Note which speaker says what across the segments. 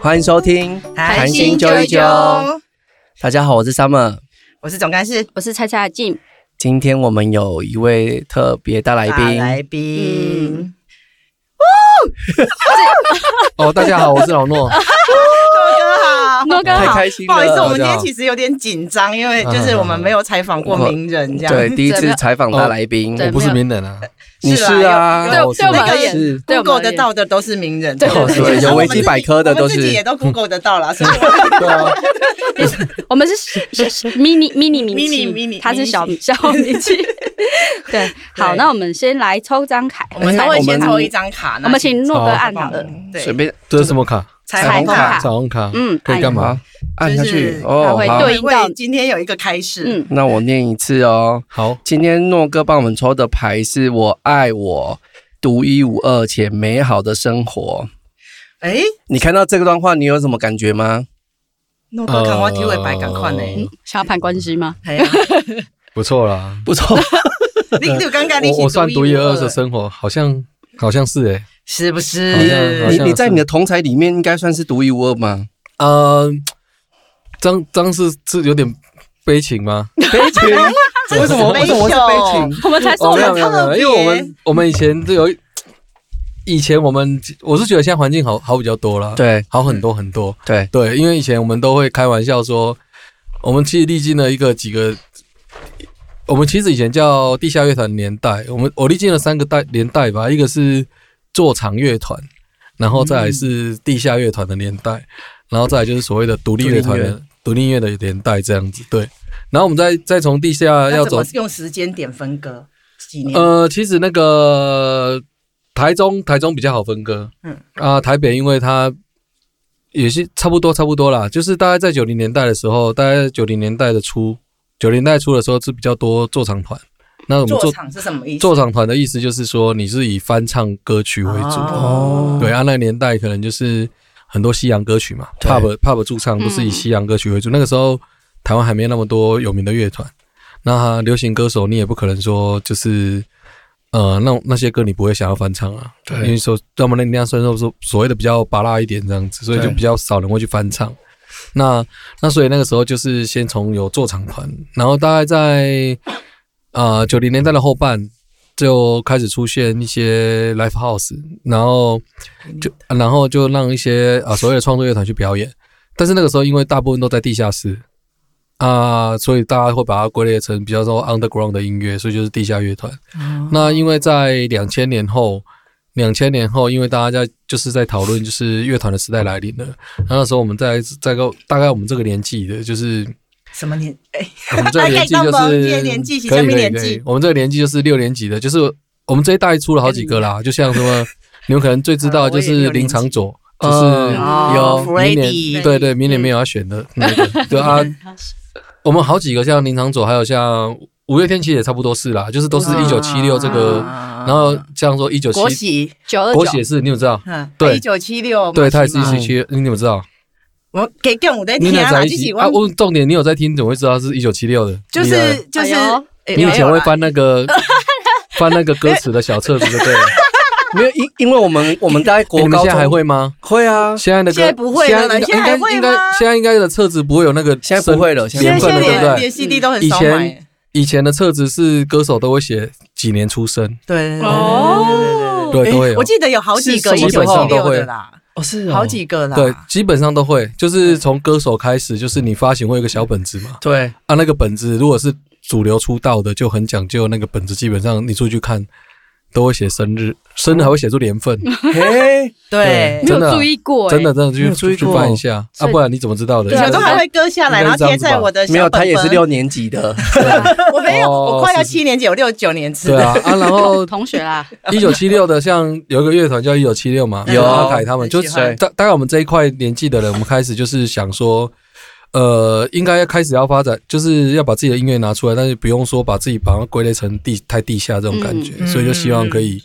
Speaker 1: 欢迎收听《
Speaker 2: 韩
Speaker 1: 星
Speaker 2: 九
Speaker 1: 一
Speaker 2: 九，
Speaker 1: 大家好，我是 Summer。
Speaker 2: 我是总干事
Speaker 3: 我是蔡蔡静，
Speaker 1: 今天我们有一位特别大来
Speaker 2: 大
Speaker 1: 宾
Speaker 2: 来宾。
Speaker 3: 嗯
Speaker 1: 哦，大家好，我是老诺，
Speaker 2: 诺哥 好，
Speaker 3: 诺哥
Speaker 1: 太
Speaker 3: 好，
Speaker 1: 开心了。
Speaker 2: 不好意思，我们今天
Speaker 1: 实
Speaker 2: 其实有点紧张，因为就是我们没有采访过名人，这样
Speaker 1: 对第一
Speaker 3: 对没
Speaker 1: 次
Speaker 3: 有
Speaker 1: 采访大来宾，
Speaker 3: 哦对
Speaker 4: 我不是名人啊，
Speaker 1: 你
Speaker 2: 是
Speaker 1: 是啊，
Speaker 2: 啦
Speaker 3: 有有对对我们而言
Speaker 1: 是
Speaker 3: 对我
Speaker 2: Google
Speaker 3: 们而言
Speaker 2: 得到的都是名人，
Speaker 3: 对
Speaker 1: 对对有维基百科的都是
Speaker 2: 我们自己也都 Google 得到了，所以我
Speaker 4: 对啊，
Speaker 3: 我们是是是 mini mini 名气
Speaker 2: mini- mini-
Speaker 3: 他是小
Speaker 2: 名气
Speaker 3: 小名气。 对，好，
Speaker 2: 对
Speaker 3: 那我们先来抽张卡，
Speaker 2: 我们稍微先
Speaker 1: 我们
Speaker 2: 抽一张卡，
Speaker 3: 我们请诺哥按好
Speaker 2: 好
Speaker 3: 了，
Speaker 1: 随
Speaker 2: 对，
Speaker 1: 便
Speaker 4: 这是什么卡？
Speaker 2: 彩虹
Speaker 3: 彩虹卡
Speaker 2: 卡
Speaker 4: 彩虹卡，
Speaker 3: 嗯
Speaker 4: 可以干嘛
Speaker 1: 好？按下
Speaker 2: 就是
Speaker 1: 去
Speaker 3: 它
Speaker 1: 哦。
Speaker 3: 会
Speaker 1: 好，
Speaker 3: 对应到
Speaker 2: 为今天有一个开始，
Speaker 3: 嗯，
Speaker 1: 那我念一次哦。
Speaker 4: 好，
Speaker 1: 今天诺哥帮我们抽的牌是“我爱我，独一无二且美好的生活
Speaker 2: 哎，”。
Speaker 1: 你看到这段话，你有什么感觉吗？
Speaker 2: 诺哥赶快体会白，赶快呢，
Speaker 1: 哦
Speaker 4: 呃
Speaker 3: 想要攀关系吗？
Speaker 2: 哎呀，
Speaker 4: 不错啦。
Speaker 1: 不错，
Speaker 2: 你你刚刚你
Speaker 4: 我我算独一无二的
Speaker 2: 是
Speaker 4: 生活，好像好像是诶。
Speaker 2: 是不
Speaker 4: 好像好
Speaker 2: 是
Speaker 4: 像？
Speaker 1: 你你在你的同才里面应该算是独一无二吗？
Speaker 4: 呃，张张是是有点悲情吗？
Speaker 1: 悲情？为什么？
Speaker 2: 悲
Speaker 1: 为什么是悲情？
Speaker 3: 我们才说
Speaker 4: 哦，
Speaker 3: 我
Speaker 4: 没
Speaker 3: 们
Speaker 4: 有没有没有，因为我们我们以前就有一，以前我们我是觉得现在环境好好比较多啦，，
Speaker 1: 对
Speaker 4: 好很多很多。
Speaker 1: 对，
Speaker 4: 对，因为以前我们都会开玩笑说，我们其实历经了一个几个，我们其实以前叫地下乐团年代，我们我历经了三个代年代吧，一个是做场乐团，然后再来是地下乐团的年代，然后再来就是所谓的独立乐团
Speaker 1: 独立
Speaker 4: 的独立乐的年代这样子，对。然后我们再再从地下要
Speaker 2: 要怎
Speaker 4: 走
Speaker 2: 么，用时间点分割？几年？
Speaker 4: 呃，其实那个台中台中比较好分割，
Speaker 2: 嗯
Speaker 4: 嗯啊，台北因为它也是差不多差不多啦，就是大概在九零年代的时候，大概九零年代的初，九零代初的时候是比较多做场团。那我们
Speaker 2: 做
Speaker 4: 做
Speaker 2: 场是什么意思？
Speaker 4: 做场团的意思就是说，你是以翻唱歌曲为主，
Speaker 2: 哦
Speaker 4: 对啊，那个年代可能就是很多西洋歌曲嘛
Speaker 1: 对
Speaker 4: ，pub pub 驻唱都是以西洋歌曲为主。那个时候台湾还没那么多有名的乐团，那流行歌手你也不可能说就是呃，那那些歌你不会想要翻唱啊，
Speaker 1: 对
Speaker 4: 因为说要么那那样算说所谓的比较拔辣一点这样子，所以就
Speaker 1: 对
Speaker 4: 比较少人会去翻唱。那那所以那个时候就是先从有做场团，然后大概在呃九零年代的后半就开始出现一些 live house，然后就然后就让一些啊、呃所谓的创作乐团去表演，但是那个时候因为大部分都在地下室啊、所以大家会把它归类成比较说 underground 的音乐，所以就是地下乐团。
Speaker 1: 哦
Speaker 4: 那因为在两千年后，两千年后，因为大家在就是在讨论，就是乐团的时代来临了。那那时候我们在在个大概我们这个年纪的，就是
Speaker 2: 什么年？哎，
Speaker 4: 我们 这个年纪就
Speaker 2: 大概到我们
Speaker 4: 是
Speaker 2: 这个年纪是
Speaker 4: 可以
Speaker 2: 什么
Speaker 4: 可以
Speaker 2: 年纪
Speaker 4: 可以，我们这个年纪就是六年级的，就是我们这一代出了好几个啦，就像什么， 你们可能最知道的就
Speaker 2: 啊我也
Speaker 4: 是
Speaker 2: 六年级
Speaker 4: 林长佐，就
Speaker 2: 哦
Speaker 4: 是有明
Speaker 2: Freddy
Speaker 4: 年对对，明年没有要选的那个，对啊，
Speaker 2: 嗯
Speaker 4: 我们好几个像林长佐，还有像五月天，其实也差不多是啦，就是都是一九七六这个。
Speaker 2: 然
Speaker 4: 然后像说一九
Speaker 2: 啊国
Speaker 4: 七
Speaker 2: 玺，
Speaker 3: 九二
Speaker 4: 国
Speaker 3: 九
Speaker 4: 写是，你怎么知道？
Speaker 2: 嗯，
Speaker 4: 对
Speaker 2: 一九七六，
Speaker 4: 对，他也是一
Speaker 2: 嘛
Speaker 4: 九七，你怎么知道？
Speaker 2: 我给跟我在
Speaker 4: 你
Speaker 2: 听
Speaker 4: 俩
Speaker 2: 啊，
Speaker 4: 在一
Speaker 2: 就
Speaker 4: 起
Speaker 2: 是
Speaker 4: 啊？
Speaker 2: 我
Speaker 4: 问重点，你有在听，怎么会知道是一九七六的？
Speaker 2: 就是就是
Speaker 3: 哎呦，
Speaker 2: 哎
Speaker 4: 你以
Speaker 2: 没有
Speaker 4: 前会
Speaker 2: 啦
Speaker 4: 翻那 个翻那个歌词的小册子，就对了。
Speaker 1: 没有因因为我们我们在
Speaker 4: 哎
Speaker 1: 国
Speaker 4: 你们
Speaker 1: 高
Speaker 4: 现在还
Speaker 1: 中
Speaker 4: 会吗？
Speaker 1: 会啊，
Speaker 4: 现在的歌
Speaker 2: 现在不会了啦
Speaker 4: 应该
Speaker 2: 现在还会吗
Speaker 4: 应该现在应该的册子不会有那个
Speaker 1: 现在不会了
Speaker 4: 生
Speaker 1: 现
Speaker 2: 现
Speaker 1: 在
Speaker 4: 年
Speaker 1: 不会
Speaker 4: 份
Speaker 2: 在
Speaker 4: 的，
Speaker 2: 连连
Speaker 4: 对不对？
Speaker 2: CD 都很
Speaker 4: 以
Speaker 2: 少
Speaker 4: 前
Speaker 2: 买，
Speaker 4: 以前的册子是歌手都会写几年出生，
Speaker 2: 对
Speaker 3: 哦，
Speaker 4: 对，都会有
Speaker 2: 我。记得有好几个
Speaker 1: 是
Speaker 2: 一
Speaker 1: 什么
Speaker 2: 九
Speaker 1: 时候
Speaker 2: 七六的啦，
Speaker 1: 哦是
Speaker 2: 好几个啦，
Speaker 4: 对，基本上都会，就是从歌手开始，就是你发行会有一个小本子嘛，
Speaker 1: 对
Speaker 4: 啊，那个本子如果是主流出道的，就很讲究那个本子，基本上你出去看都会写生日，生日还会写出年份，
Speaker 2: 嗯
Speaker 1: 嘿，
Speaker 2: 对
Speaker 3: 没
Speaker 4: 对
Speaker 3: 有
Speaker 4: 真的啊
Speaker 3: 注意过，欸
Speaker 4: 真的真的
Speaker 1: 没
Speaker 4: 去
Speaker 1: 有注意
Speaker 4: 去去
Speaker 1: 过
Speaker 4: 翻一下啊，
Speaker 3: 所以
Speaker 4: 不然你怎么知道的？
Speaker 3: 对
Speaker 2: 有时候啊还会割下来，
Speaker 4: 啊应
Speaker 2: 然
Speaker 4: 该
Speaker 2: 后贴
Speaker 4: 是这样子吧
Speaker 2: 在我的
Speaker 1: 没有
Speaker 2: 小
Speaker 1: 他
Speaker 2: 本
Speaker 1: 也是
Speaker 2: 本
Speaker 1: 六年级的，
Speaker 2: 我没有，
Speaker 4: 哦
Speaker 2: 我快要
Speaker 4: 是是
Speaker 2: 七年级，我六九年次
Speaker 4: 对
Speaker 2: 的。
Speaker 4: 啊啊，然后
Speaker 3: 哦，同学啦，
Speaker 4: 一九七六的像有一个乐团叫一九七六嘛，
Speaker 2: 有
Speaker 4: 有阿凯他们，
Speaker 2: 很
Speaker 4: 就
Speaker 2: 喜
Speaker 4: 是
Speaker 2: 欢
Speaker 4: 大大概我们这一块年纪的人，我们开始就是想说，呃，应该要开始要发展，就是要把自己的音乐拿出来，但是不用说把自己把它归类成地太地下这种感觉，
Speaker 2: 嗯
Speaker 4: 所以就希望可以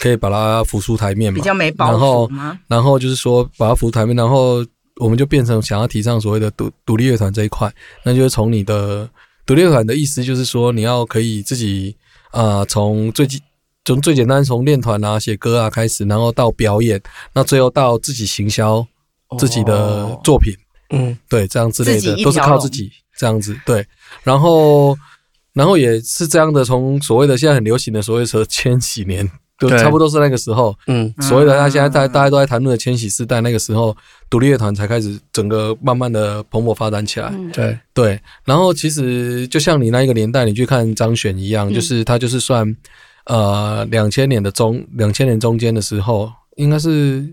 Speaker 4: 可以把它浮出台面嘛，
Speaker 2: 比较没包
Speaker 4: 然后
Speaker 2: 袱吗？
Speaker 4: 然后就是说把它浮台面，然后我们就变成想要提倡所谓的独独立乐团这一块，那就是从你的独立乐团的意思，就是说你要可以自己啊，从、最基从最简单从练团啊、写歌啊开始，然后到表演，那最后到自己行销自己的作品，
Speaker 1: 嗯
Speaker 4: 对，这样之类
Speaker 2: 哦自
Speaker 4: 的
Speaker 2: 己一条
Speaker 4: 都是靠
Speaker 2: 龙
Speaker 4: 自己这样子，对。然后，然后也是这样的，从所谓的现在很流行的所谓说千禧年，对，
Speaker 1: 对
Speaker 4: 差不多是那个时候，
Speaker 1: 嗯
Speaker 4: 所谓的他现在大大家都在谈论的千禧世代，那个时候独立乐团才开始整个慢慢的蓬勃发展起来。
Speaker 3: 嗯
Speaker 1: 对，
Speaker 4: 对，然后其实就像你那一个年代，你去看张悬一样，
Speaker 3: 嗯
Speaker 4: 就是他就是算呃两千年的中两千年中间的时候，应该是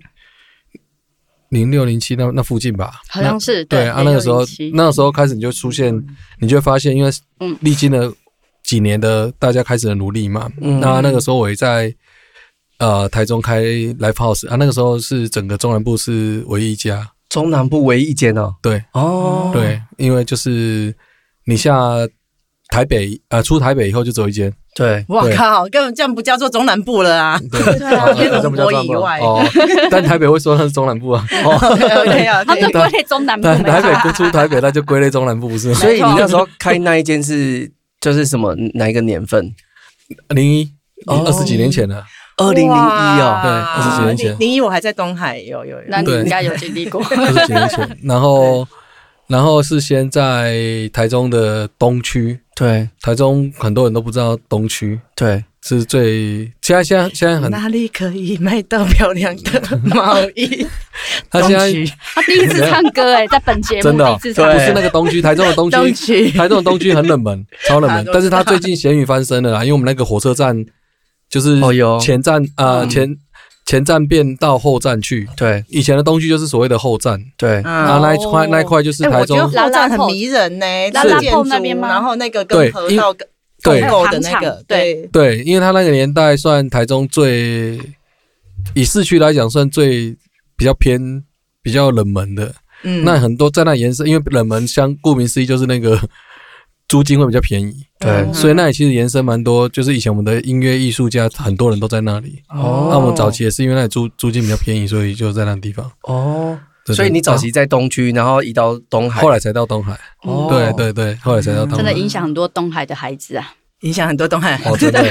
Speaker 4: 零六零七那那附近吧，
Speaker 3: 好像是
Speaker 4: 那对
Speaker 3: 对
Speaker 4: 啊，那个时候
Speaker 3: 1607
Speaker 4: 那个时候开始你就出现，你就会发现，因为
Speaker 3: 嗯
Speaker 4: 历经了几年的大家开始的努力嘛，
Speaker 1: 嗯
Speaker 4: 那那个时候我也在。呃，台中开 live house 啊，那个时候是整个中南部是唯一一家，
Speaker 1: 中南部唯一一间哦，
Speaker 4: 对，
Speaker 1: 哦，
Speaker 4: 对，因为就是你下台北呃，出台北以后就只有一间，
Speaker 1: 对，
Speaker 2: 哇
Speaker 4: 对
Speaker 2: 靠，根本这样不叫做中南部了啊！
Speaker 4: 对，
Speaker 3: 对啊
Speaker 4: 哦
Speaker 2: 因为
Speaker 4: 这不叫
Speaker 2: 我
Speaker 4: 中南部
Speaker 2: 以外
Speaker 4: 哦，但台北会说它是中南部啊，哦，
Speaker 2: 对啊，
Speaker 3: 他们
Speaker 2: 对
Speaker 3: 就归类中南部
Speaker 4: 但
Speaker 3: 没
Speaker 4: 台
Speaker 3: 错
Speaker 4: 北不出台北，那就归类中南部不是吗？
Speaker 1: 所以你那时候开那一间是就是什么哪一个年份？
Speaker 4: 零一
Speaker 1: 哦
Speaker 4: 二十几年前了，啊
Speaker 1: 二零零一哦，
Speaker 4: 对二十几年前
Speaker 2: 零一我还在东海，有有有
Speaker 3: 那，你
Speaker 4: 对
Speaker 3: 应该有经历过。
Speaker 4: 二十几年前，然后然后是先在台中的东区，
Speaker 1: 对
Speaker 4: 台中很多人都不知道东区
Speaker 1: 对，
Speaker 4: 是最现在现在现在很，
Speaker 2: 哪里可以买到漂亮的 毛衣？
Speaker 4: 他现在
Speaker 2: 东区
Speaker 3: 他第一次唱歌哎，在本节目
Speaker 4: 真的
Speaker 3: 第
Speaker 4: 哦
Speaker 3: 一次唱
Speaker 4: 不
Speaker 1: 对
Speaker 4: 是那个东区，台中的东区
Speaker 2: 哎东区
Speaker 4: 台中的东区很 冷门，超冷
Speaker 2: 大家
Speaker 4: 门
Speaker 2: 都，
Speaker 4: 但是他最近咸鱼翻身了啦，因为我们那个火车站就是
Speaker 1: 哦有
Speaker 4: 前站呃
Speaker 2: 嗯
Speaker 4: 前前站变到后站去，
Speaker 1: 对
Speaker 4: 以前的东区就是所谓的后站，
Speaker 1: 对
Speaker 4: 然
Speaker 2: 嗯
Speaker 4: 后那一块那一块就是
Speaker 2: 哎，
Speaker 4: 啊台
Speaker 2: 我觉
Speaker 4: 中
Speaker 2: 得后站很迷人呢，
Speaker 3: 拉
Speaker 4: 拉
Speaker 2: 是建
Speaker 3: 铺
Speaker 2: 筑
Speaker 3: 那边吗
Speaker 2: 然后那个
Speaker 4: 对
Speaker 2: 跟河道跟
Speaker 4: 对
Speaker 2: 共构的那
Speaker 3: 还有糖
Speaker 2: 个
Speaker 3: 厂，
Speaker 2: 对，
Speaker 4: 对，因为他那个年代算台中最以市区来讲算最比较偏比较冷门的，
Speaker 2: 嗯
Speaker 4: 那很多在那延伸，因为冷门相顾名思义就是那个 租金会比较便宜。
Speaker 1: 对，
Speaker 4: 所以那里其实延伸蛮多，就是以前我们的音乐艺术家很多人都在那里。
Speaker 1: 哦
Speaker 4: 那我们早期也是因为那里租租金比较便宜，所以就在那个地方。
Speaker 1: 哦，
Speaker 4: 对
Speaker 1: 所以你早期在东区，然后移到东海，
Speaker 4: 后来才到东海，
Speaker 1: 哦
Speaker 4: 对对对，后来才到东
Speaker 3: 真
Speaker 4: 海
Speaker 3: 的，影响很多东海的孩子啊。
Speaker 2: 影响很多东海。
Speaker 4: 哦，真的，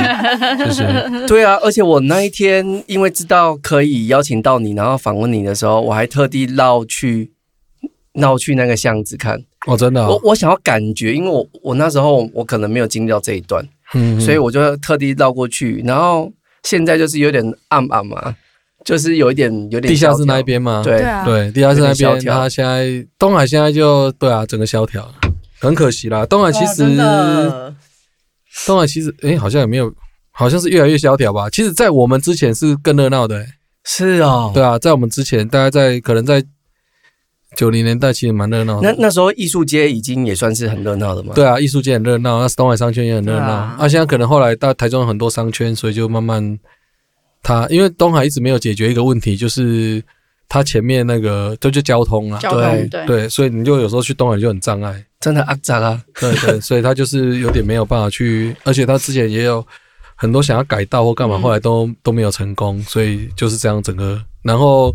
Speaker 4: 就是
Speaker 1: 对啊，而且我那一天因为知道可以邀请到你，然后访问你的时候，我还特地绕去绕去那个巷子看。
Speaker 4: 哦，真的哦，
Speaker 1: 我我想要感觉，因为我我那时候我可能没有经历到这一段，
Speaker 4: 嗯，嗯
Speaker 1: 所以我就特地绕过去。然后现在就是有点暗暗嘛，就是有一点有点
Speaker 4: 地下
Speaker 1: 萧
Speaker 4: 室
Speaker 1: 条
Speaker 4: 那一，边嘛，
Speaker 1: 对
Speaker 3: 啊，
Speaker 4: 对，地下室那
Speaker 1: 有点萧
Speaker 4: 边，
Speaker 1: 条
Speaker 4: 它现在东海现在就对啊，整个萧条，很可惜啦。东海啊其
Speaker 2: 哇
Speaker 1: 啊
Speaker 2: 真
Speaker 4: 实，
Speaker 2: 的
Speaker 4: 东海其实，诶，好像也没有，好像是越来越萧条吧。其实，在我们之前是更热闹的、诶
Speaker 1: 是哦。
Speaker 4: 对啊，在我们之前，大概在可能在九零年代，其实蛮热闹
Speaker 1: 那
Speaker 4: 的。
Speaker 1: 那时候艺术街已经也算是很热闹的嘛。
Speaker 4: 对啊，艺术界很热闹，那东海商圈也很热闹。
Speaker 2: 对
Speaker 4: 啊
Speaker 2: 啊，
Speaker 4: 现在可能后来到台中有很多商圈，所以就慢慢它，因为东海一直没有解决一个问题，就是它前面那个就就交通啊，
Speaker 3: 交
Speaker 1: 通
Speaker 3: 通对
Speaker 4: 对，所以你就有时候去东海就很障碍。
Speaker 1: 真的阿杂啊，
Speaker 4: 对对，所以它就是有点没有办法去，而且它之前也有很多想要改道或干
Speaker 3: 嗯
Speaker 4: 嘛，后来都都没有成功，所以就是这样整个。然后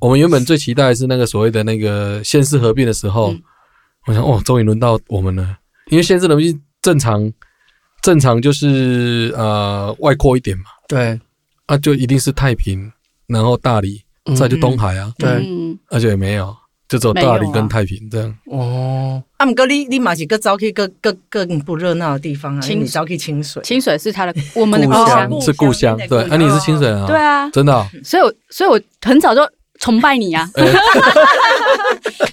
Speaker 4: 我们原本最期待的是那个所谓的那个县市合并的时候，
Speaker 3: 嗯
Speaker 4: 我想哦，终于轮到我们了，因为县市合并正常正常就是呃外扩一点嘛，
Speaker 1: 对
Speaker 4: 啊就一定是太平，然后大理，
Speaker 1: 嗯
Speaker 4: 再就东海啊，
Speaker 1: 对
Speaker 3: 嗯，
Speaker 4: 而且也没有，就只有
Speaker 3: 没有
Speaker 4: 大理跟
Speaker 3: 啊
Speaker 4: 太平这样。
Speaker 1: 哦，
Speaker 2: 啊，姆哥，你你马是个招去个更更不热闹的地方啊，
Speaker 3: 清
Speaker 2: 因为你招去清水，
Speaker 3: 清水是他的我们的
Speaker 1: 故
Speaker 3: 故
Speaker 1: 乡
Speaker 3: 乡。
Speaker 2: 故
Speaker 4: 是故
Speaker 2: 乡，
Speaker 4: 乡
Speaker 2: 那
Speaker 4: 对，
Speaker 2: 个
Speaker 4: 啊，你是清水人啊，
Speaker 3: 对，啊，
Speaker 4: 真的啊，
Speaker 3: 所以我所以我很早就崇拜你啊。
Speaker 4: 哎哦
Speaker 1: 哦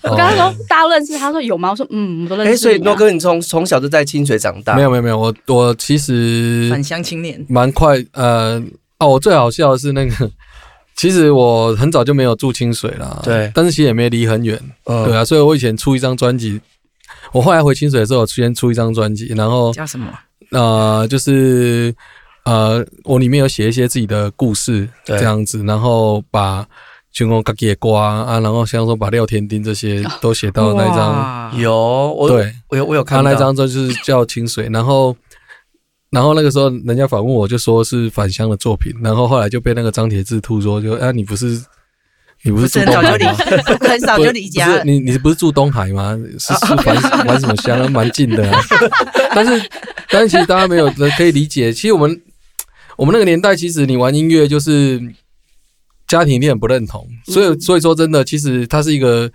Speaker 3: 我刚刚说大家都认识，他说有吗？我说嗯，我都认识、
Speaker 1: 哎，
Speaker 3: 啊。
Speaker 1: 所以诺哥，你从从小就在清水长大，
Speaker 4: 没有没有没有，我我其实
Speaker 2: 返乡青年。
Speaker 4: 蛮快，呃，哦，我最好笑的是那个， 其实我很早就没有住清水啦，
Speaker 1: 对
Speaker 4: 但是其实也没离很远，
Speaker 1: 嗯？
Speaker 4: 对啊，所以我以前出一张专辑，我后来回清水的时候，我先出一张专辑，然后
Speaker 2: 叫什么？
Speaker 4: 呃，就是呃，我里面有写一些自己的故事
Speaker 1: 对
Speaker 4: 这样子，然后把。军工嘎给瓜啊，然后像说把廖天丁这些
Speaker 1: 哦
Speaker 4: 都写到那一张，
Speaker 2: 哇
Speaker 1: 有我有
Speaker 4: 对，
Speaker 1: 我有我有
Speaker 4: 他
Speaker 1: 看到
Speaker 4: 那张就是叫清水，然后，然后那个时候人家访问我就说是返乡的作品，然后后来就被那个张铁志吐说就啊你不是你不
Speaker 2: 不
Speaker 4: 是
Speaker 2: 是
Speaker 4: 住
Speaker 2: 很
Speaker 4: 东
Speaker 2: 早就
Speaker 4: 海
Speaker 2: 离
Speaker 4: 吗？，
Speaker 2: 很早就离家
Speaker 4: 不
Speaker 2: 了哦
Speaker 4: 是。你你不是住东海吗？是是返返什么乡啊？蛮近的、啊， 但是但是其实大家没有可以理解，其实我们我们那个年代其实你玩音乐就是家庭一定很不认同，
Speaker 2: 嗯
Speaker 4: 所以所以说真的，其实它是一个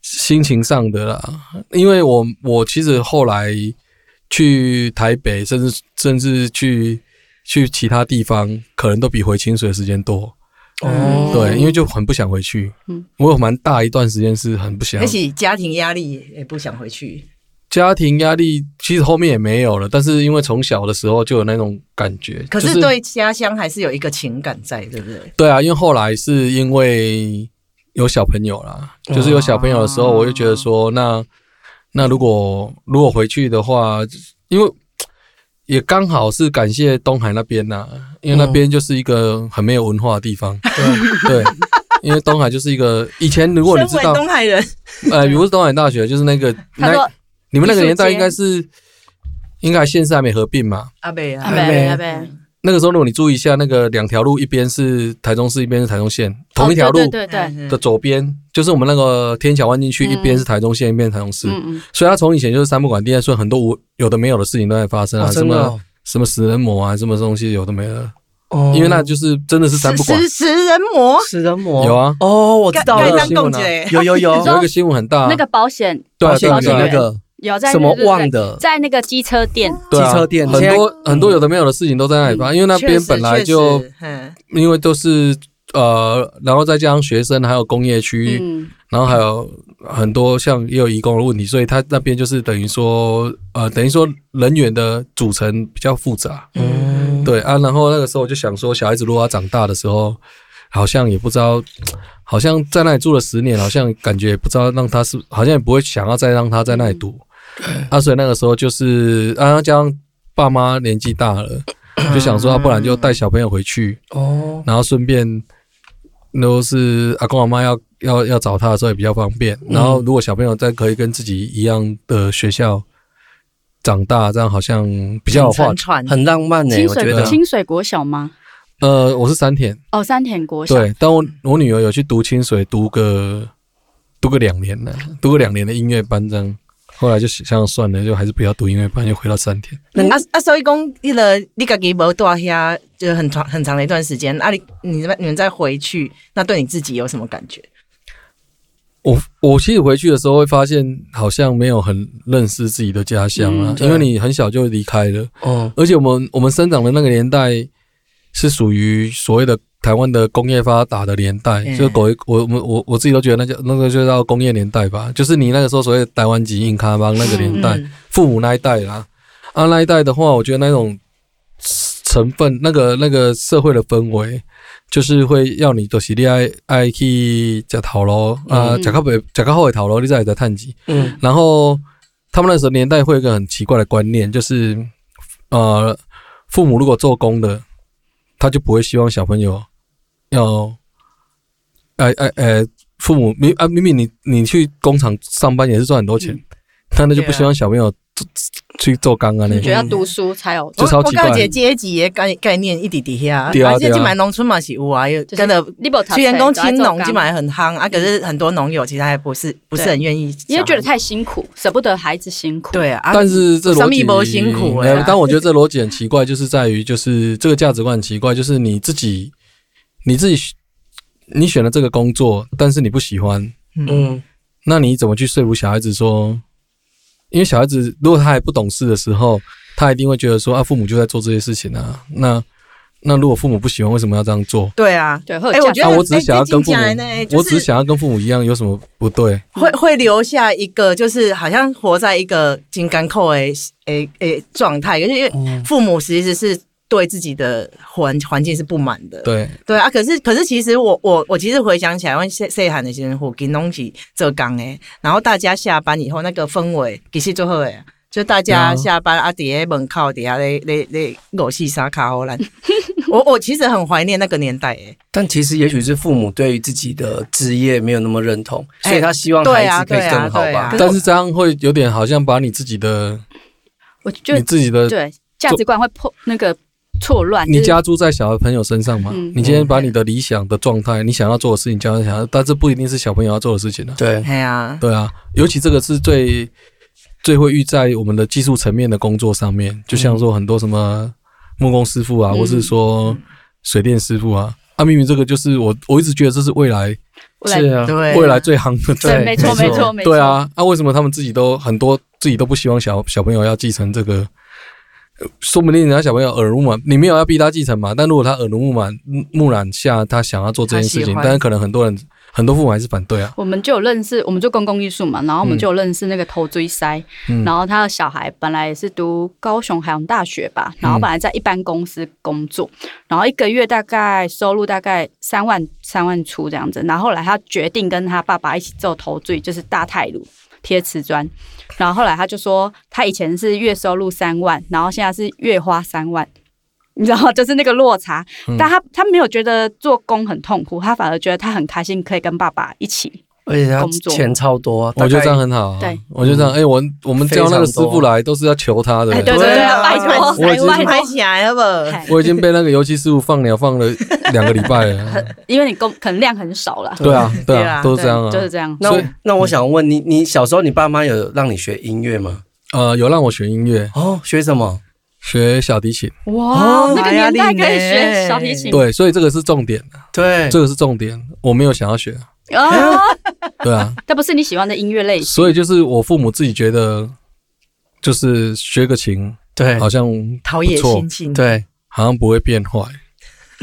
Speaker 4: 心情上的啦。因为我我其实后来去台北，甚至甚至去去其他地方，可能都比回清水的时间多。
Speaker 2: 嗯
Speaker 1: 哦
Speaker 4: 对，因为就很不想回去。
Speaker 3: 嗯
Speaker 4: 我有蛮大一段时间是很不想
Speaker 2: 而。且家庭压力也不想回去，
Speaker 4: 家庭压力其实后面也没有了，但是因为从小的时候就有那种感觉。
Speaker 2: 可
Speaker 4: 就是
Speaker 2: 对家乡还是有一个情感在，对不对？
Speaker 4: 对啊，因为后来是因为有小朋友啦，就是有小朋友的时候，
Speaker 2: 哦
Speaker 4: 我就觉得说，那那如果如果回去的话，因为也刚好是感谢东海那边呐、因为那边就是一个很没有文化的地方，
Speaker 2: 哦
Speaker 4: 对。因为东海就是一个以前，如果你知
Speaker 2: 身为
Speaker 4: 道，
Speaker 2: 东海人，
Speaker 4: 呃，比如是东海大学，就是那个
Speaker 3: 他
Speaker 4: 那
Speaker 3: 说哦
Speaker 4: 你们那
Speaker 3: 艺
Speaker 4: 个
Speaker 3: 术
Speaker 4: 年代
Speaker 3: 街
Speaker 4: 应该是应该县市还没合并嘛？
Speaker 2: 阿北啊，
Speaker 3: 阿北阿北，
Speaker 4: 那个时候，如果你注意一下，那个两条路，一边是台中市，一边是台中县，同一条路
Speaker 3: 哦对对对对，
Speaker 2: 嗯
Speaker 4: 的左边，就是我们那个天桥弯进去，
Speaker 3: 嗯
Speaker 4: 一边是台中县，一边是台中市，
Speaker 3: 嗯嗯，
Speaker 4: 所以它从以前就是三不管地啊带，所以很多无有的没有的事情都在发生啊，
Speaker 1: 哦
Speaker 4: 什
Speaker 1: 真
Speaker 4: 么、
Speaker 1: 的哦
Speaker 4: 什么食人魔啊，什么东西有的没的，
Speaker 1: 哦
Speaker 4: 因为那就是真的是三不管
Speaker 2: 食，食人魔，
Speaker 1: 食人魔
Speaker 4: 有啊，
Speaker 1: 哦，我知
Speaker 2: 该
Speaker 1: 道
Speaker 2: 该
Speaker 4: 盖
Speaker 1: 了
Speaker 2: 当，
Speaker 4: 新闻
Speaker 2: 供
Speaker 4: 啊
Speaker 2: 姐，
Speaker 1: 有有有
Speaker 3: 你说
Speaker 4: 有一个新闻很大啊，
Speaker 3: 那个保险
Speaker 4: 对啊
Speaker 1: 保险
Speaker 4: 对啊
Speaker 1: 起
Speaker 4: 对啊
Speaker 1: 那个
Speaker 3: 有在
Speaker 1: 什么
Speaker 3: 日本
Speaker 1: 忘的
Speaker 3: 在那个机车店，
Speaker 4: 对啊
Speaker 1: 机车店
Speaker 4: 很
Speaker 1: 现
Speaker 4: 多
Speaker 1: 在
Speaker 4: 很多有的没有的事情都在那里
Speaker 3: 嗯
Speaker 4: 发生，因为那
Speaker 2: 确
Speaker 4: 边
Speaker 2: 实
Speaker 4: 本来
Speaker 2: 确
Speaker 4: 就
Speaker 2: 实嗯
Speaker 4: 因为都是呃，然后再加上学生还有工业区，
Speaker 3: 嗯，
Speaker 4: 然后还有很多像也有移工的问题，所以他那边就是等于说，呃，等于说人员的组成比较复杂，
Speaker 1: 嗯
Speaker 4: 对啊。然后那个时候我就想说，小孩子如果要长大的时候，好像也不知道，好像在那里住了十年，好像感觉也不知道让他是，好像也不会想要再让他在那里读。啊，所以那个时候就是啊，加上爸妈年纪大了，就想说，啊、不然就带小朋友回去，
Speaker 1: 哦
Speaker 4: 然后顺便都是阿公阿妈要要要找他的时候也比较方便。然后如果小朋友再可以跟自己一样的学校长大，这样好像比较有话
Speaker 2: 乘。船
Speaker 1: 很浪漫呢、
Speaker 3: 清
Speaker 1: 我觉
Speaker 3: 水
Speaker 1: 得
Speaker 4: 清
Speaker 3: 清水国小吗？
Speaker 4: 呃，我是三田，
Speaker 3: 哦，三田国小，
Speaker 4: 对，但我我女儿有去读清水，读个读个两年了，读个两年的音乐班这样。后来就想想算了，就还是不要读音乐班，就回到三田。
Speaker 2: 啊啊，所以讲，迄个你家己无住遐，就是很长很长的一段时间。啊你，你们你们再回去，那对你自己有什么感觉？
Speaker 4: 我我其实回去的时候会发现，好像没有很认识自己的家乡啊
Speaker 3: 嗯，
Speaker 1: 对
Speaker 4: 因为你很小就离开了。
Speaker 1: 哦
Speaker 4: 而且我们我们生长的那个年代是属于所谓的台湾的工业发达的年代，
Speaker 2: 嗯
Speaker 4: 就是狗我我我我自己都觉得那叫那个就叫工业年代吧，就是你那个时候所谓的台湾籍硬咖帮那个年代，
Speaker 2: 嗯
Speaker 4: 父母那一代啦，啊那一代的话，我觉得那种成分那个那个社会的氛围。就是会要你就是你爱爱去食头路啊，
Speaker 3: 嗯
Speaker 4: 食较袂食较好的头路，你才会在趁钱。
Speaker 1: 嗯
Speaker 4: 然后他们那时候年代会有一个很奇怪的观念，就是呃，父母如果做工的，他就不会希望小朋友要，哎哎哎，父母明啊明明你你去工厂上班也是赚很多钱，但那就不希望小朋友做去做工啊那
Speaker 3: 你觉得要读书才有，
Speaker 4: 这超
Speaker 2: 我
Speaker 4: 奇
Speaker 2: 我
Speaker 4: 怪
Speaker 2: 告诫阶级的概概念一直底下，
Speaker 4: 对
Speaker 2: 而
Speaker 4: 啊
Speaker 2: 且
Speaker 4: 对啊
Speaker 2: 进买农村嘛是有啊，有
Speaker 3: 就是
Speaker 2: 真的。
Speaker 3: 你不
Speaker 2: 虽然讲青农进买很夯啊，可是很多农友其实还不是不是很愿意，
Speaker 3: 因为觉得太辛苦，舍不得孩子辛苦。，
Speaker 2: 对啊，
Speaker 4: 但是这逻辑
Speaker 2: 生意没辛苦欸
Speaker 4: 呃但我觉得这逻辑很奇怪，就是在于就是这个价值观很奇怪，就是你自己你自己你选了这个工作，但是你不喜欢，
Speaker 1: 嗯
Speaker 4: 那你怎么去说服小孩子说？因为小孩子如果他还不懂事的时候，他一定会觉得说啊，父母就在做这些事情啊。那那如果父母不喜欢，为什么要这样做？
Speaker 2: 对啊，
Speaker 3: 对会有
Speaker 2: 哎，我
Speaker 3: 价值
Speaker 2: 觉得
Speaker 4: 啊，我只是想要跟父母，
Speaker 2: 哎这真的呢就是
Speaker 4: 我只是想要跟父母一样，有什么不对？
Speaker 2: 会会留下一个就是好像活在一个金刚扣的诶诶状态，就是因为
Speaker 1: 嗯
Speaker 2: 父母其实是对自己的环环境是不满的。
Speaker 4: 对，
Speaker 2: 对啊，可是可是其实我我我其实回想起来，我细细汉的时候，我跟拢是浙江诶，然后大家下班以后那个氛围其实最好诶。就大家
Speaker 4: 对啊
Speaker 2: 下班啊，底下门口底下咧咧咧五四三卡好兰，我我其实很怀念那个年代诶、
Speaker 1: 但其实也许是父母对于自己的职业没有那么认同，
Speaker 2: 哎
Speaker 1: 所以他希望孩子可以
Speaker 2: 对啊
Speaker 1: 更好
Speaker 2: 对啊
Speaker 1: 吧
Speaker 2: 对。啊
Speaker 4: 但是这样会有点好像把你自己的
Speaker 3: 我就
Speaker 4: 你自己的
Speaker 3: 对价值观会破那个错乱。
Speaker 4: 你
Speaker 3: 就是
Speaker 4: 加注在小朋友身上嘛？
Speaker 3: 嗯
Speaker 4: 你今天把你的理想的状态，你想要做的事情加上想要，但这不一定是小朋友要做的事情啊。
Speaker 1: 对，
Speaker 2: 哎呀、
Speaker 4: 对啊，尤其这个是最最会遇在我们的技术层面的工作上面，就像说很多什么木工师傅啊，
Speaker 3: 嗯
Speaker 4: 或是说水电师傅啊，啊，明明这个就是我我一直觉得这是未来
Speaker 3: 我来
Speaker 1: 是啊，
Speaker 2: 对，
Speaker 4: 未来最夯的，
Speaker 3: 对，没错
Speaker 1: 没
Speaker 3: 没
Speaker 1: 错
Speaker 3: 错没错，
Speaker 4: 对，啊，啊，为什么他们自己都很多自己都不希望小小朋友要继承这个？呃说不定人家小朋友耳濡目染，你没有要逼他继承嘛？但如果他耳濡目染目染下，他想要做这件事
Speaker 2: 他喜
Speaker 4: 情，
Speaker 2: 欢
Speaker 4: 但是可能很多人很多父母还是反对啊。
Speaker 3: 我们就有认识，我们做公共艺术嘛，然后我们就有认识那个头锥塞，
Speaker 4: 嗯
Speaker 3: 然后他的小孩本来也是读高雄海洋大学吧，然后本来在一般公司工作，然后一个月大概收入大概三万三万出这样子，然后后来他决定跟他爸爸一起做头锥，就是大泰鲁。贴瓷砖，然后后来他就说，他以前是月收入三万，然后现在是月花三万，你知道， 就是那个落差。但他他没有觉得做工很痛苦，他反而觉得他很开心，可以跟爸爸一起
Speaker 1: 而且他
Speaker 3: 工作
Speaker 1: 钱超多啊，
Speaker 4: 我觉
Speaker 1: 大概嗯
Speaker 4: 得这样很好、啊。
Speaker 3: 对，
Speaker 4: 我觉得这样，哎、我我们叫那个
Speaker 1: 非
Speaker 4: 师
Speaker 1: 常多啊
Speaker 4: 傅来都是要求他的。
Speaker 3: 哎，对
Speaker 2: 对
Speaker 3: 对，
Speaker 2: 啊
Speaker 3: 拜托，
Speaker 4: 我已经
Speaker 3: 拜
Speaker 2: 拍
Speaker 3: 托，
Speaker 2: 起来了不？
Speaker 3: 哎
Speaker 4: 我已经被那个油漆师傅放鸟放了两个礼拜了。
Speaker 3: 因为你工可能量很少了，
Speaker 4: 对啊，
Speaker 2: 对
Speaker 4: 对啊，
Speaker 2: 啊
Speaker 4: 都是这样啊。
Speaker 3: 就是这样。
Speaker 1: 那
Speaker 4: 所
Speaker 1: 我
Speaker 4: 以嗯
Speaker 1: 那我想问你，你小时候你爸妈有让你学音乐吗？
Speaker 4: 呃，有让我学音乐，
Speaker 1: 哦，学什么？
Speaker 4: 学小提琴。
Speaker 3: 哇
Speaker 2: 哦，
Speaker 3: 那个年代可以
Speaker 2: 玛雅历
Speaker 3: 学
Speaker 2: 呢
Speaker 3: 小提琴，
Speaker 4: 对，所以这个是重点，
Speaker 1: 对，
Speaker 4: 这个是重点。我没有想要学，
Speaker 3: 啊，
Speaker 4: 对啊。
Speaker 3: 但不是你喜欢的音乐类型，
Speaker 4: 所以就是我父母自己觉得，就是学个琴
Speaker 1: 对
Speaker 4: 好像
Speaker 2: 陶
Speaker 4: 不
Speaker 2: 冶
Speaker 4: 错
Speaker 2: 心性，
Speaker 1: 对，
Speaker 4: 好像不会变坏。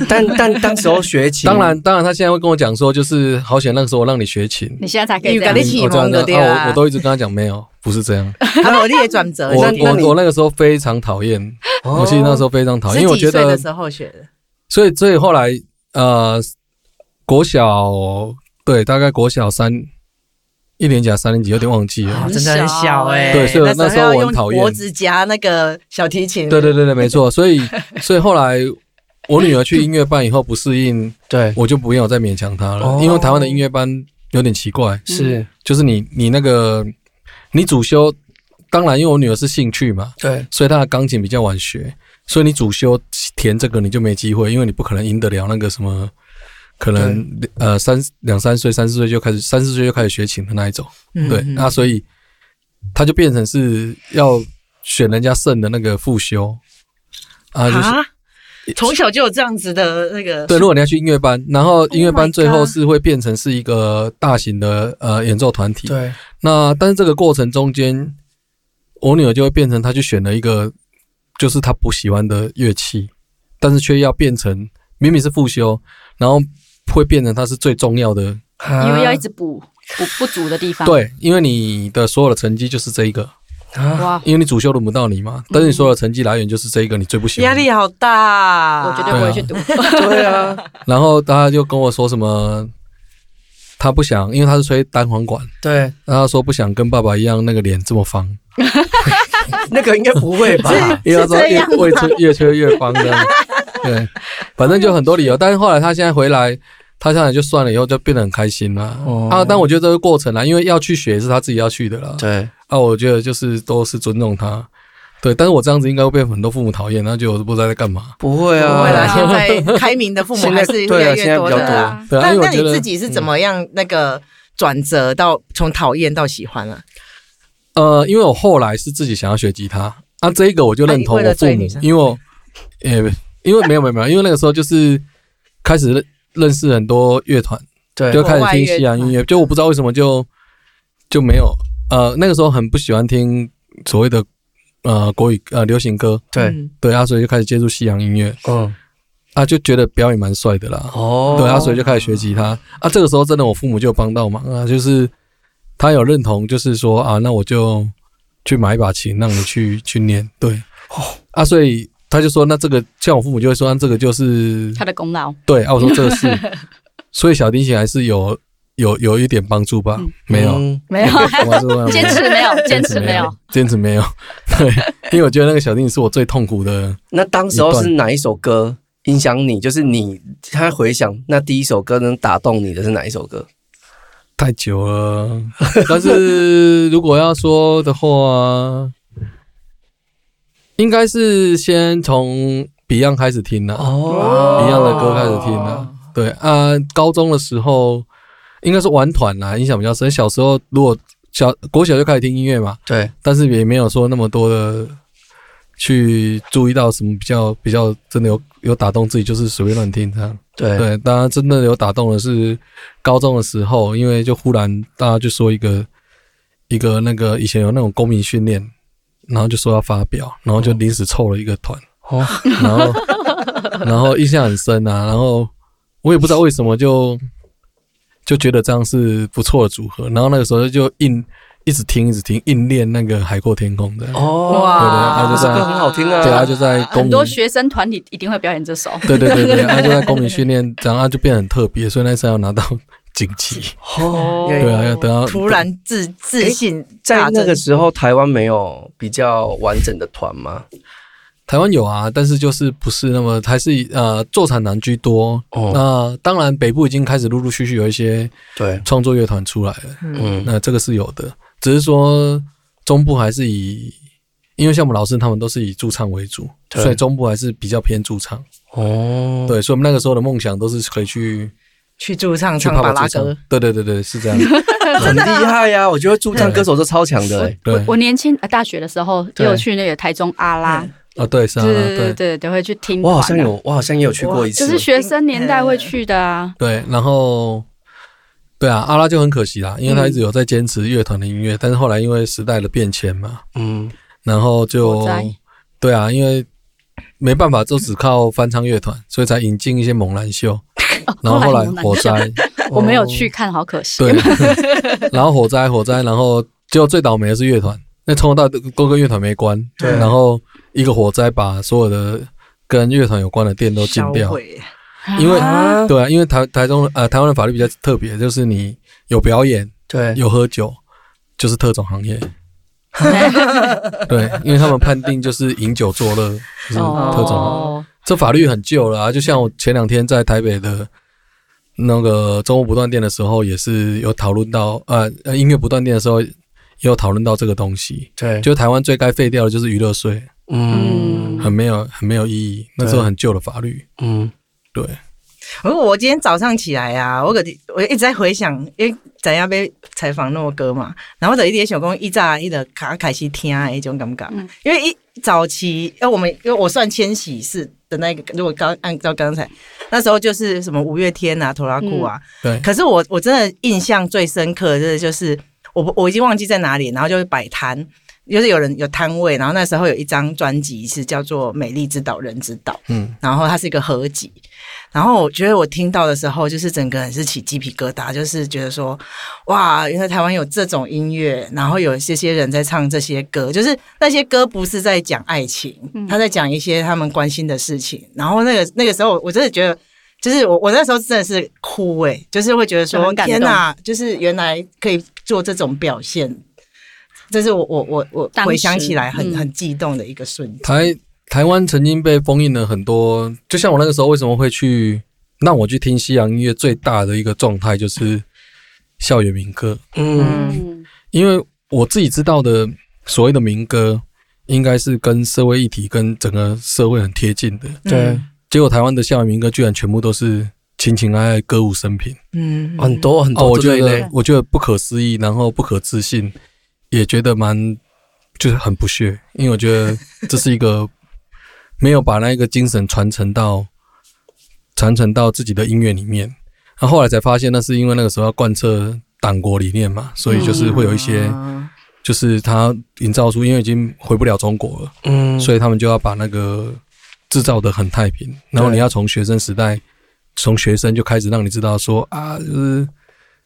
Speaker 1: 但但当时候学琴，
Speaker 4: 当然，当然，他现在会跟我讲说，就是好险那个时候我让你学琴。
Speaker 3: 你现在才可以
Speaker 2: 你
Speaker 3: 这
Speaker 2: 有
Speaker 3: 样
Speaker 2: 跟
Speaker 4: 我
Speaker 2: 你。启
Speaker 4: 我这样
Speaker 2: 蒙就
Speaker 4: 这
Speaker 2: 对
Speaker 4: 样啊
Speaker 2: 啦
Speaker 4: 我我都一直跟他讲没有，不是这样。
Speaker 2: 还呃有你也转折
Speaker 4: 我
Speaker 2: 一
Speaker 1: 那
Speaker 2: 点。
Speaker 1: 那你
Speaker 4: 我我那个时候非常讨厌，
Speaker 1: 哦
Speaker 4: 我其实那时候非常讨厌，因为我
Speaker 2: 十
Speaker 4: 觉
Speaker 2: 几岁
Speaker 4: 得
Speaker 2: 的，时候学的，
Speaker 4: 所以所以后来呃，国小对，大概国小三一年级还是三年级，有点忘记了
Speaker 3: 很。
Speaker 2: 真的很小哎、
Speaker 4: 欸对所以那
Speaker 2: 那
Speaker 4: 时
Speaker 2: 要
Speaker 4: 候我很
Speaker 2: 用
Speaker 4: 讨厌
Speaker 2: 脖子夹那个小提琴，
Speaker 4: 对对对对，没错。所 以所以后来我女儿去音乐班以后不适应。
Speaker 1: 对
Speaker 4: 我就不要再勉强他了，
Speaker 1: 哦
Speaker 4: 因为台湾的音乐班有点奇怪，
Speaker 1: 是，
Speaker 4: 就是你你那个你主修，当然因为我女儿是兴趣嘛，
Speaker 1: 对
Speaker 4: 所以她的钢琴比较晚学，所以你主修填这个你就没机会，因为你不可能赢得了那个什么，可能呃三两三岁、三四岁就开始，三四岁就开始学琴的那一种，
Speaker 2: 嗯
Speaker 4: 对，那所以他就变成是要选人家剩的那个复修啊，就是
Speaker 2: 啊，从小就有这样子的那个，
Speaker 4: 对，如果你要去音乐班，然后音乐
Speaker 3: Oh my
Speaker 4: 班
Speaker 3: God
Speaker 4: 最后是会变成是一个大型的呃演奏团体。
Speaker 1: 对，
Speaker 4: 那但是这个过程中间，我女儿就会变成她去选了一个就是她不喜欢的乐器，但是却要变成明明是复修，然后会变成她是最重要的。
Speaker 1: 啊
Speaker 3: 因为要一直补补不足的地方。，
Speaker 4: 对，因为你的所有的成绩就是这一个，
Speaker 1: 啊，
Speaker 3: 哇，
Speaker 4: 因为你主修轮不到你嘛，但是你所有的成绩来源就是这一个你最不喜欢
Speaker 2: 压
Speaker 4: 的。
Speaker 2: 力好大、
Speaker 3: 我绝对
Speaker 4: 啊
Speaker 3: 不会去读。
Speaker 1: 对啊，
Speaker 4: 然后她就跟我说什么，她不想，因为她是吹单簧管。
Speaker 1: 对，
Speaker 4: 然后他说不想跟爸爸一样那个脸这么方，
Speaker 1: 那个应该不会 吧？
Speaker 4: 因为他说
Speaker 2: 这
Speaker 4: 越
Speaker 2: 样吗
Speaker 4: 越吹越吹越方的， 对，反正就很多理由。但是后来他现在回来，他现在就算了，以后就变得很开心了。
Speaker 1: 哦
Speaker 4: 啊，但我觉得这个过程啦，因为要去学也是他自己要去的啦。
Speaker 1: 对，
Speaker 4: 啊，我觉得就是都是尊重他。对，但是我这样子应该会被很多父母讨厌，那就我不知道在干嘛。
Speaker 1: 不会
Speaker 2: 不会啦，
Speaker 1: 啊，
Speaker 2: 现在开明的 父母还是越来越多的
Speaker 1: 对
Speaker 2: 啦
Speaker 1: 啊。
Speaker 4: 对啊，
Speaker 2: 那
Speaker 4: 因为
Speaker 2: 那
Speaker 4: 我
Speaker 2: 你
Speaker 4: 觉得
Speaker 2: 自己是怎么样那个转折到从讨厌到喜欢啊了？
Speaker 4: 呃，因为我后来是自己想要学吉他，啊，这一个我就认同
Speaker 2: 啊你为
Speaker 4: 我
Speaker 2: 了
Speaker 4: 父
Speaker 2: 追
Speaker 4: 母
Speaker 2: 女，生
Speaker 4: 因为我，呃，因为没有没有没有，因为那个时候就是开始认认识很多乐团，
Speaker 1: 对
Speaker 4: 就
Speaker 1: 对
Speaker 4: 开始听西洋音乐，就我不知道为什么就就没有，呃，那个时候很不喜欢听所谓的呃国语呃流行歌，
Speaker 1: 对，
Speaker 2: 嗯
Speaker 4: 对啊，所以就开始接触西洋音乐，
Speaker 1: 嗯，
Speaker 4: 啊，就觉得表演蛮帅的啦，
Speaker 1: 哦，
Speaker 4: 对啊，所以就开始学吉他啊。这个时候真的我父母就有帮到忙啊，就是他有认同，就是说啊，那我就去买一把琴让你去去念，对，啊，所以他就说那这个像我父母就会说，那这个就是
Speaker 3: 他的功劳，
Speaker 4: 对啊，我说这个是，所以小提琴还是有有有一点帮助吧
Speaker 3: 嗯？
Speaker 4: 没有，
Speaker 1: 嗯
Speaker 3: 没有
Speaker 4: 帮助吗
Speaker 3: 坚 持没有，坚持没有。，
Speaker 4: 坚持没有， 对，因为我觉得那个小提琴是我最痛苦的。
Speaker 1: 那当时候是哪一首歌影响你？就是你他回想那第一首歌能打动你的是哪一首歌？
Speaker 4: 太 久了，但是如果要说的话，应该是先从 Beyond 开始听了、
Speaker 1: 哦
Speaker 4: b e y o n d 的歌开始听了、对啊，高中的时候应该是玩团啦，影响比较深。小时候如果小国小就开始听音乐嘛，
Speaker 1: 对
Speaker 4: 但是也没有说那么多的去注意到什么比较比较真的有有打动自己，就是随便乱听这样。
Speaker 1: 对
Speaker 4: 对，大家真的有打动的是高中的时候，因为就忽然大家就说一个一个那个以前有那种公民训练，然后就说要发表，然后就临时凑了一个团，
Speaker 1: 哦，
Speaker 4: 然后然后印象很深啊，然后我也不知道为什么就就觉得这样是不错的组合，然后那个时候就硬一直听一直听，硬练那个海阔天空的，
Speaker 1: 哦，
Speaker 4: 哇对对他就
Speaker 1: 这
Speaker 4: 在
Speaker 1: 个很好听啊，
Speaker 4: 对啊，就在公
Speaker 3: 很
Speaker 4: 民
Speaker 3: 多学生团体一定会表演这首。
Speaker 4: 对对对对，他就在公民训练，然后他就变得很特别，所以那次要拿到 锦旗。
Speaker 1: 哦，
Speaker 4: 对啊，要等到
Speaker 2: 突然自自信
Speaker 1: 在
Speaker 2: 大
Speaker 1: 那
Speaker 2: 增
Speaker 1: 个时候，台湾没有比较完整的团吗？
Speaker 4: 台湾有啊，但是就是不是那么还是以呃坐产男居多。
Speaker 1: 哦
Speaker 4: 那当然北部已经开始陆陆续续有一些
Speaker 1: 对，
Speaker 4: 创作乐团出来了，
Speaker 1: 嗯，
Speaker 4: 那这个是有的，只是说中部还是以。因为像我们老师他们都是以驻唱为主，
Speaker 1: 对
Speaker 4: 所以中部还是比较偏驻唱。
Speaker 1: 哦，
Speaker 4: 对，所以我们那个时候的梦想都是可以去
Speaker 2: 去驻唱
Speaker 4: 去
Speaker 2: 唱
Speaker 4: 泡
Speaker 2: 巴
Speaker 4: 泡驻
Speaker 2: 拉
Speaker 4: 唱
Speaker 2: 歌，。
Speaker 4: 对对对对，是这样。
Speaker 1: 很厉害呀、我觉得驻唱歌手都超强的、欸，
Speaker 4: 对
Speaker 3: 我年轻呃大学的时候也
Speaker 1: 对
Speaker 3: 有去那个台中阿拉，
Speaker 4: 啊，对是啊，
Speaker 3: 对对对
Speaker 4: 对
Speaker 3: 对，都会去听
Speaker 1: 我
Speaker 3: 团啊。
Speaker 1: 好像有，我好像也有去过一
Speaker 3: 就
Speaker 1: 次，
Speaker 3: 是学生年代会去的啊。
Speaker 4: 对，然后对啊，阿拉就很可惜啦，
Speaker 3: 嗯
Speaker 4: 因为他一直有在坚持乐团的音乐，但是后来因为时代的变迁嘛，
Speaker 1: 嗯，
Speaker 4: 然后
Speaker 3: 火
Speaker 4: 就
Speaker 3: 灾
Speaker 4: 对啊，因为没办法，就只靠翻唱乐团，所以才引进一些猛男秀，然后后来
Speaker 3: 哦猛男
Speaker 4: 火灾，
Speaker 3: 我没有去看，好可惜。
Speaker 4: 对， 然后火灾火灾，然后结果最倒霉的是乐团，那从头到尾都跟乐团没关，
Speaker 1: 对
Speaker 4: 然后一个火灾把所有的跟乐团有关的店都禁
Speaker 2: 销
Speaker 4: 掉，
Speaker 2: 毁，
Speaker 4: 因为
Speaker 1: 啊，
Speaker 4: 对啊，因为台台中呃台湾的法律比较特别，就是你有表演
Speaker 1: 对，
Speaker 4: 有喝酒，就是特种行业。嗯
Speaker 3: 特
Speaker 4: 对，因为他们判定就是饮酒作乐， 就是特种。
Speaker 3: 哦，
Speaker 4: 这法律很旧了啊，就像我前两天在台北的那个周末不断电的时候，也是有讨论到呃呃音乐不断电的时候，也有讨论到这个东西。
Speaker 1: 对，
Speaker 4: 就台湾最该废掉的就是娱乐税，
Speaker 1: 嗯
Speaker 4: 很没有很没有意义。那时候很旧的法律，
Speaker 1: 嗯，
Speaker 4: 对，
Speaker 2: 我哦我今天早上起来啊，我个我一直在回想，因为咱要被采访那么歌嘛，然后就一直在想讲，一早一直卡开始听的那种感觉，
Speaker 3: 嗯
Speaker 2: 因为一早期，呃因为我们因为我算千禧是的那个，如果刚按照刚才那时候就是什么五月天啊、拖拉库啊，
Speaker 4: 对
Speaker 2: 可是我我真的印象最深刻的就是我不我已经忘记在哪里，然后就是摆摊，就是有人有摊位，然后那时候有一张专辑是叫做《美丽之岛人之岛》，
Speaker 4: 嗯，
Speaker 2: 然后它是一个合集，然后我觉得我听到的时候，就是整个人是起鸡皮疙瘩，就是觉得说，哇，原来台湾有这种音乐，然后有这些人在唱这些歌，就是那些歌不是在讲爱情，
Speaker 3: 嗯
Speaker 2: 他在讲一些他们关心的事情。然后那个那个时候，我真的觉得，就是我我那时候真的是哭诶、就是会觉得
Speaker 3: 就
Speaker 2: 说，
Speaker 3: 很感动
Speaker 2: 天哪，就是原来可以做这种表现，这是我我我我
Speaker 3: 当时
Speaker 2: 回想起来很、
Speaker 3: 嗯
Speaker 2: 很激动的一个瞬间。
Speaker 4: 台台湾曾经被封印了很多，就像我那个时候为什么会去让我去听西洋音乐最大的一个状态就是 校园民歌，
Speaker 1: 嗯，
Speaker 3: 嗯，
Speaker 4: 因为我自己知道的所谓的民歌，应该是跟社会议题跟整个社会很贴近的。
Speaker 1: 对，
Speaker 2: 嗯
Speaker 4: 结果台湾的校园民歌居然全部都是情情爱爱、歌舞升平，
Speaker 2: 嗯，嗯，
Speaker 1: 很多很
Speaker 4: 哦，
Speaker 1: 多
Speaker 4: 我
Speaker 1: 这
Speaker 4: 觉
Speaker 1: 一类
Speaker 4: 得，我觉得不可思议，然后不可置信，也觉得蛮就是很不屑，因为我觉得这是一个没有把那个精神传承到传承到自己的音乐里面。然后后来才发现，那是因为那个时候要贯彻党国理念嘛，所以就是会有一些，
Speaker 2: 啊
Speaker 4: 就是他营造出，因为已经回不了中国了，
Speaker 1: 嗯，
Speaker 4: 所以他们就要把那个制造的很太平，然后你要从学生时代，从学生就开始让你知道说啊，就是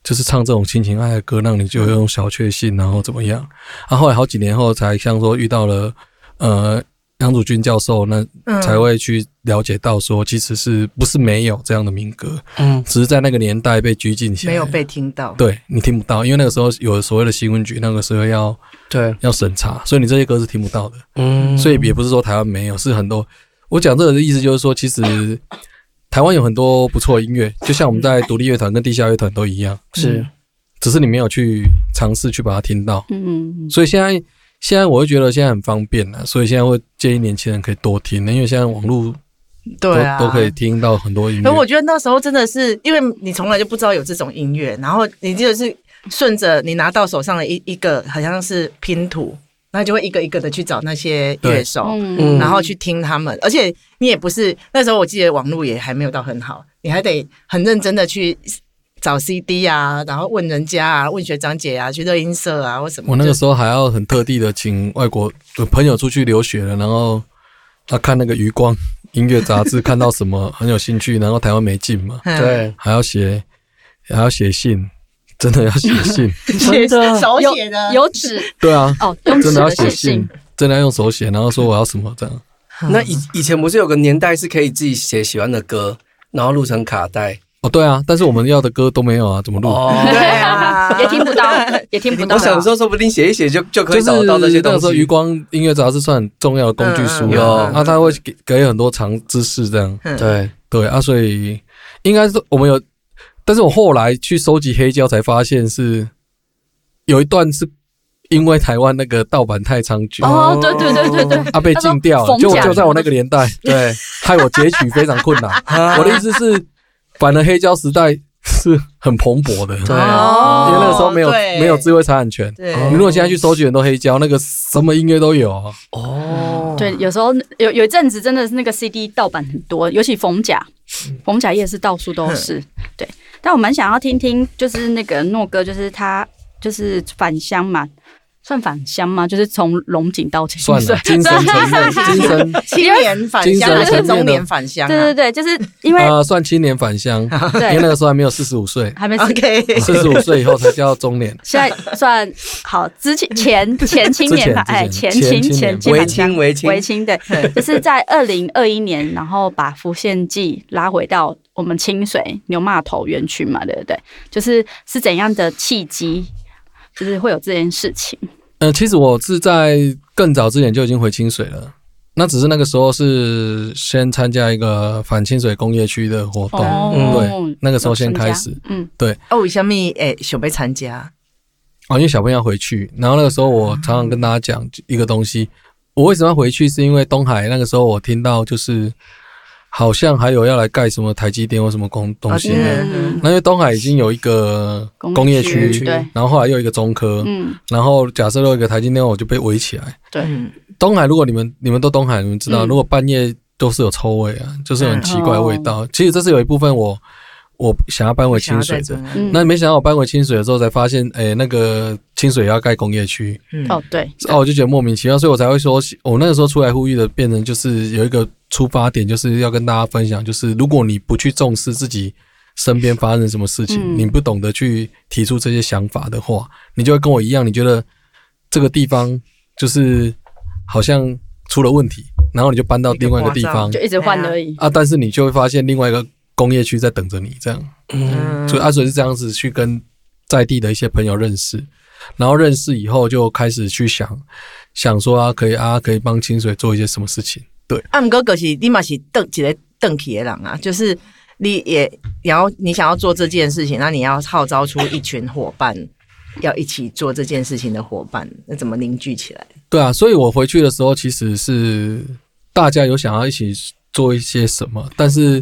Speaker 4: 就是唱这种亲情爱的歌，让你就有一种小确幸，然后怎么样？啊，后来好几年后才像说遇到了呃杨祖君教授，那
Speaker 2: 嗯
Speaker 4: 才会去了解到说，其实是不是没有这样的民歌，
Speaker 1: 嗯
Speaker 4: 只是在那个年代嗯被拘禁起来，
Speaker 2: 没有被听到。
Speaker 4: 对你听不到，因为那个时候有所谓的新闻局，那个时候要
Speaker 1: 对，
Speaker 4: 要审查，所以你这些歌是听不到的。
Speaker 1: 嗯，
Speaker 4: 所以也不是说台湾没有，是很多。我讲这个的意思就是说，其实台湾有很多不错的音乐，就像我们在独立乐团跟地下乐团都一样，
Speaker 2: 嗯
Speaker 1: 是
Speaker 4: 只是你没有去尝试去把它听到。
Speaker 3: 嗯，
Speaker 4: 所以现在，现在我会觉得现在很方便了，所以现在会建议年轻人可以多听，因为现在网络都、
Speaker 2: 对啊，
Speaker 4: 都可以听到很多音
Speaker 2: 可我
Speaker 4: 乐。
Speaker 2: 觉得那时候真的是，因为你从来就不知道有这种音乐，然后你就是顺着你拿到手上的一一个，好像是拼图，那就会一个一个的去找那些乐手，
Speaker 3: 嗯
Speaker 2: 然后去听他们，而且你也不是那时候，我记得网络也还没有到很好，你还得很认真的去找 CD 啊，然后问人家啊，问学长姐啊，去乐音社啊或什么。
Speaker 4: 我那个
Speaker 2: 就
Speaker 4: 时候还要很特地的请外国的朋友出去留学了，然后他看那个《余光》音乐杂志，看到什么很有兴趣，然后台湾没进嘛，
Speaker 2: 嗯
Speaker 1: 对，
Speaker 4: 还要写，还要写信，真的要写 信，
Speaker 2: 写
Speaker 1: 真的
Speaker 2: 手
Speaker 3: 有
Speaker 2: 写的，
Speaker 3: 嗯有纸
Speaker 4: 对啊，
Speaker 3: 哦，用纸
Speaker 4: 真的要
Speaker 3: 的
Speaker 4: 写
Speaker 3: 写
Speaker 4: 信
Speaker 3: 信，，，
Speaker 4: 真的要用手写，然后说我要什么这样，
Speaker 2: 嗯
Speaker 1: 那以以前不是有个年代是可以自己写喜欢的歌，然后录成卡带
Speaker 4: 哦对啊，但是我们要的歌都没有啊，怎么录？
Speaker 1: 哦。
Speaker 2: 对啊
Speaker 3: 也听不到，也听不到。
Speaker 1: 我想说，说不定写一写就就可
Speaker 4: 就
Speaker 1: 以
Speaker 4: 是
Speaker 1: 找得到这些
Speaker 4: 那
Speaker 1: 东
Speaker 4: 个时候，余
Speaker 1: 西。
Speaker 4: 光音乐杂志算很重要的工具书
Speaker 1: 嗯嗯
Speaker 4: 了
Speaker 1: 嗯，
Speaker 4: 那他会给给很多长知识这样。
Speaker 2: 嗯
Speaker 1: 对，
Speaker 4: 对啊，所以应该是我们有，但是我后来去收集黑胶才发现是有一段是因为台湾那个盗版太猖獗，
Speaker 3: 哦，对对对对 对，
Speaker 4: 啊被禁掉了，
Speaker 3: 他说
Speaker 4: 就
Speaker 3: 逢甲
Speaker 4: 就在我那个 年代，
Speaker 1: 对，
Speaker 4: 害我截取非常困难。
Speaker 1: 啊
Speaker 4: 我的意思是，反而黑胶时代是很蓬勃啊的，因
Speaker 1: 对
Speaker 4: 为
Speaker 2: 哦
Speaker 4: 那个时候没有
Speaker 2: 对
Speaker 4: 没有智慧财产权。哦
Speaker 2: 对
Speaker 4: 你如果现在去收集很多黑胶，那个什么音乐都有啊。
Speaker 1: 哦，
Speaker 3: 对，有时候有有一阵子真的是那个 CD 盗版很多，尤其逢甲，逢甲夜市到处都是。对，但我蛮想要听听，就是那个诺哥，就是他就是返乡嘛，算返乡吗？就是从龙井到清
Speaker 4: 算 了，精神层面，精神
Speaker 2: 青年返乡还是中年返乡
Speaker 3: 对对
Speaker 2: 啊
Speaker 3: 对，就是 因为、
Speaker 4: 啊，算青年 返乡，因为那
Speaker 3: 对
Speaker 4: 个时候还没有四十五 岁。
Speaker 3: 还没 死。
Speaker 2: ？OK，
Speaker 4: 四十五岁以后才叫中年
Speaker 3: 现在算好之前前前青年吧，
Speaker 4: 之前
Speaker 3: 哎，
Speaker 4: 之前
Speaker 3: 前青
Speaker 4: 前青
Speaker 3: 前
Speaker 4: 年
Speaker 3: 青
Speaker 1: 围
Speaker 3: 返乡
Speaker 1: 巾围巾
Speaker 3: 围青对，就是在二零二一年，然后把福县记拉回到我们清水牛骂头园区嘛，对不对？就是是怎样的契机，就是会有这件事情。
Speaker 4: 呃，其实我是在更早之前就已经回清水了，那只是那个时候是先参加一个反清水工业区的活动，
Speaker 3: 哦
Speaker 4: 对，那个时候先开始，
Speaker 3: 嗯，
Speaker 2: 哦，为什么诶想要参加？
Speaker 4: 哦，因为小朋友要回去，然后那个时候我常常跟大家讲一个东西，我为什么要回去，是因为东海那个时候我听到就是好像还有要来盖什么台积电或什么工东西
Speaker 2: 啊
Speaker 4: 的，
Speaker 2: 对
Speaker 3: 嗯
Speaker 4: 那因为东海已经有一个
Speaker 3: 工
Speaker 4: 工业
Speaker 3: 区
Speaker 4: 区
Speaker 3: 对，
Speaker 4: 然后后来又一个中科，
Speaker 3: 嗯，
Speaker 4: 然后假设又一个台积电，我就被围起来。
Speaker 3: 对
Speaker 2: 嗯，
Speaker 4: 东海，如果你们你们都东海，你们知道，
Speaker 3: 嗯
Speaker 4: 如果半夜都是有臭味啊，就是很奇怪的味
Speaker 2: 嗯哦
Speaker 4: 道。其实这是有一部分我我想要搬回清水的，
Speaker 2: 想要再
Speaker 3: 嗯
Speaker 4: 那没想到我搬回清水的时候才发现，哎、那个清水也要盖工业区，
Speaker 2: 嗯
Speaker 3: 哦，对，
Speaker 4: 哦，我就觉得莫名其妙，所以我才会说，我那个时候出来呼吁的，变成就是有一个出发点，就是要跟大家分享，就是如果你不去重视自己身边发生什么事情，
Speaker 3: 嗯
Speaker 4: 你不懂得去提出这些想法的话，你就会跟我一样，你觉得这个地方就是好像出了问题，然后你就搬到另外一个地方
Speaker 3: 就一直换而已。
Speaker 4: 啊，但是你就会发现另外一个工业区在等着你，这样。
Speaker 1: 嗯，
Speaker 2: 嗯
Speaker 4: 所以阿水是这样子去跟在地的一些朋友认识，然后认识以后就开始去想，想说啊，可以啊，可以帮清水做一些什么事情。对，
Speaker 2: 啊，毋过就是你嘛是邓一个邓起的人啊，就是你也然后你想要做这件事情，那你要号召出一群伙伴，要一起做这件事情的伙伴，那怎么凝聚起来？
Speaker 4: 对啊，所以我回去的时候其实是大家有想要一起做一些什么，但是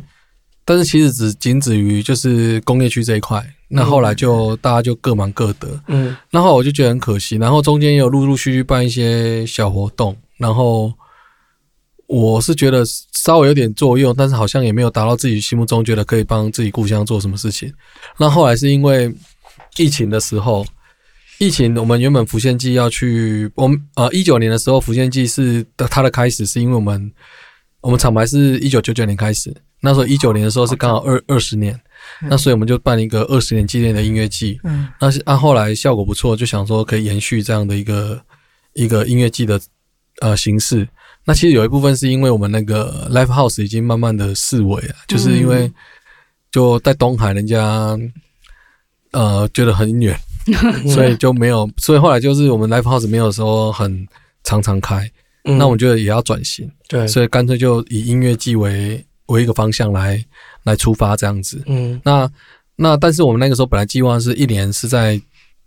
Speaker 4: 但是其实只仅止于就是工业区这一块，那后来就大家就各忙各的，
Speaker 1: 嗯，
Speaker 4: 然后我就觉得很可惜，然后中间也有陆陆续续办一些小活动，然后我是觉得稍微有点作用，但是好像也没有达到自己心目中觉得可以帮自己故乡做什么事情。那后来是因为疫情的时候，疫情我们原本福建记要去，我们呃一九年的时候，福建记是的它的开始是因为我们我们厂牌是一九九九年开始，那时候一九年的时候是刚好二二十年，那所以我们就办一个二十年纪念的音乐季，
Speaker 2: 嗯，
Speaker 4: 那是按、啊后来效果不错，就想说可以延续这样的一个一个音乐季的呃形式。那其实有一部分是因为我们那个 live house 已经慢慢的式微了，就是因为就在东海，人家呃觉得很远，所以就没有，所以后来就是我们 live house 没有说很常常开，
Speaker 1: 嗯
Speaker 4: 那我觉得也要转型，
Speaker 1: 对，
Speaker 4: 所以干脆就以音乐季为为一个方向来来出发这样子。
Speaker 1: 嗯
Speaker 4: 那那但是我们那个时候本来计划是一年是在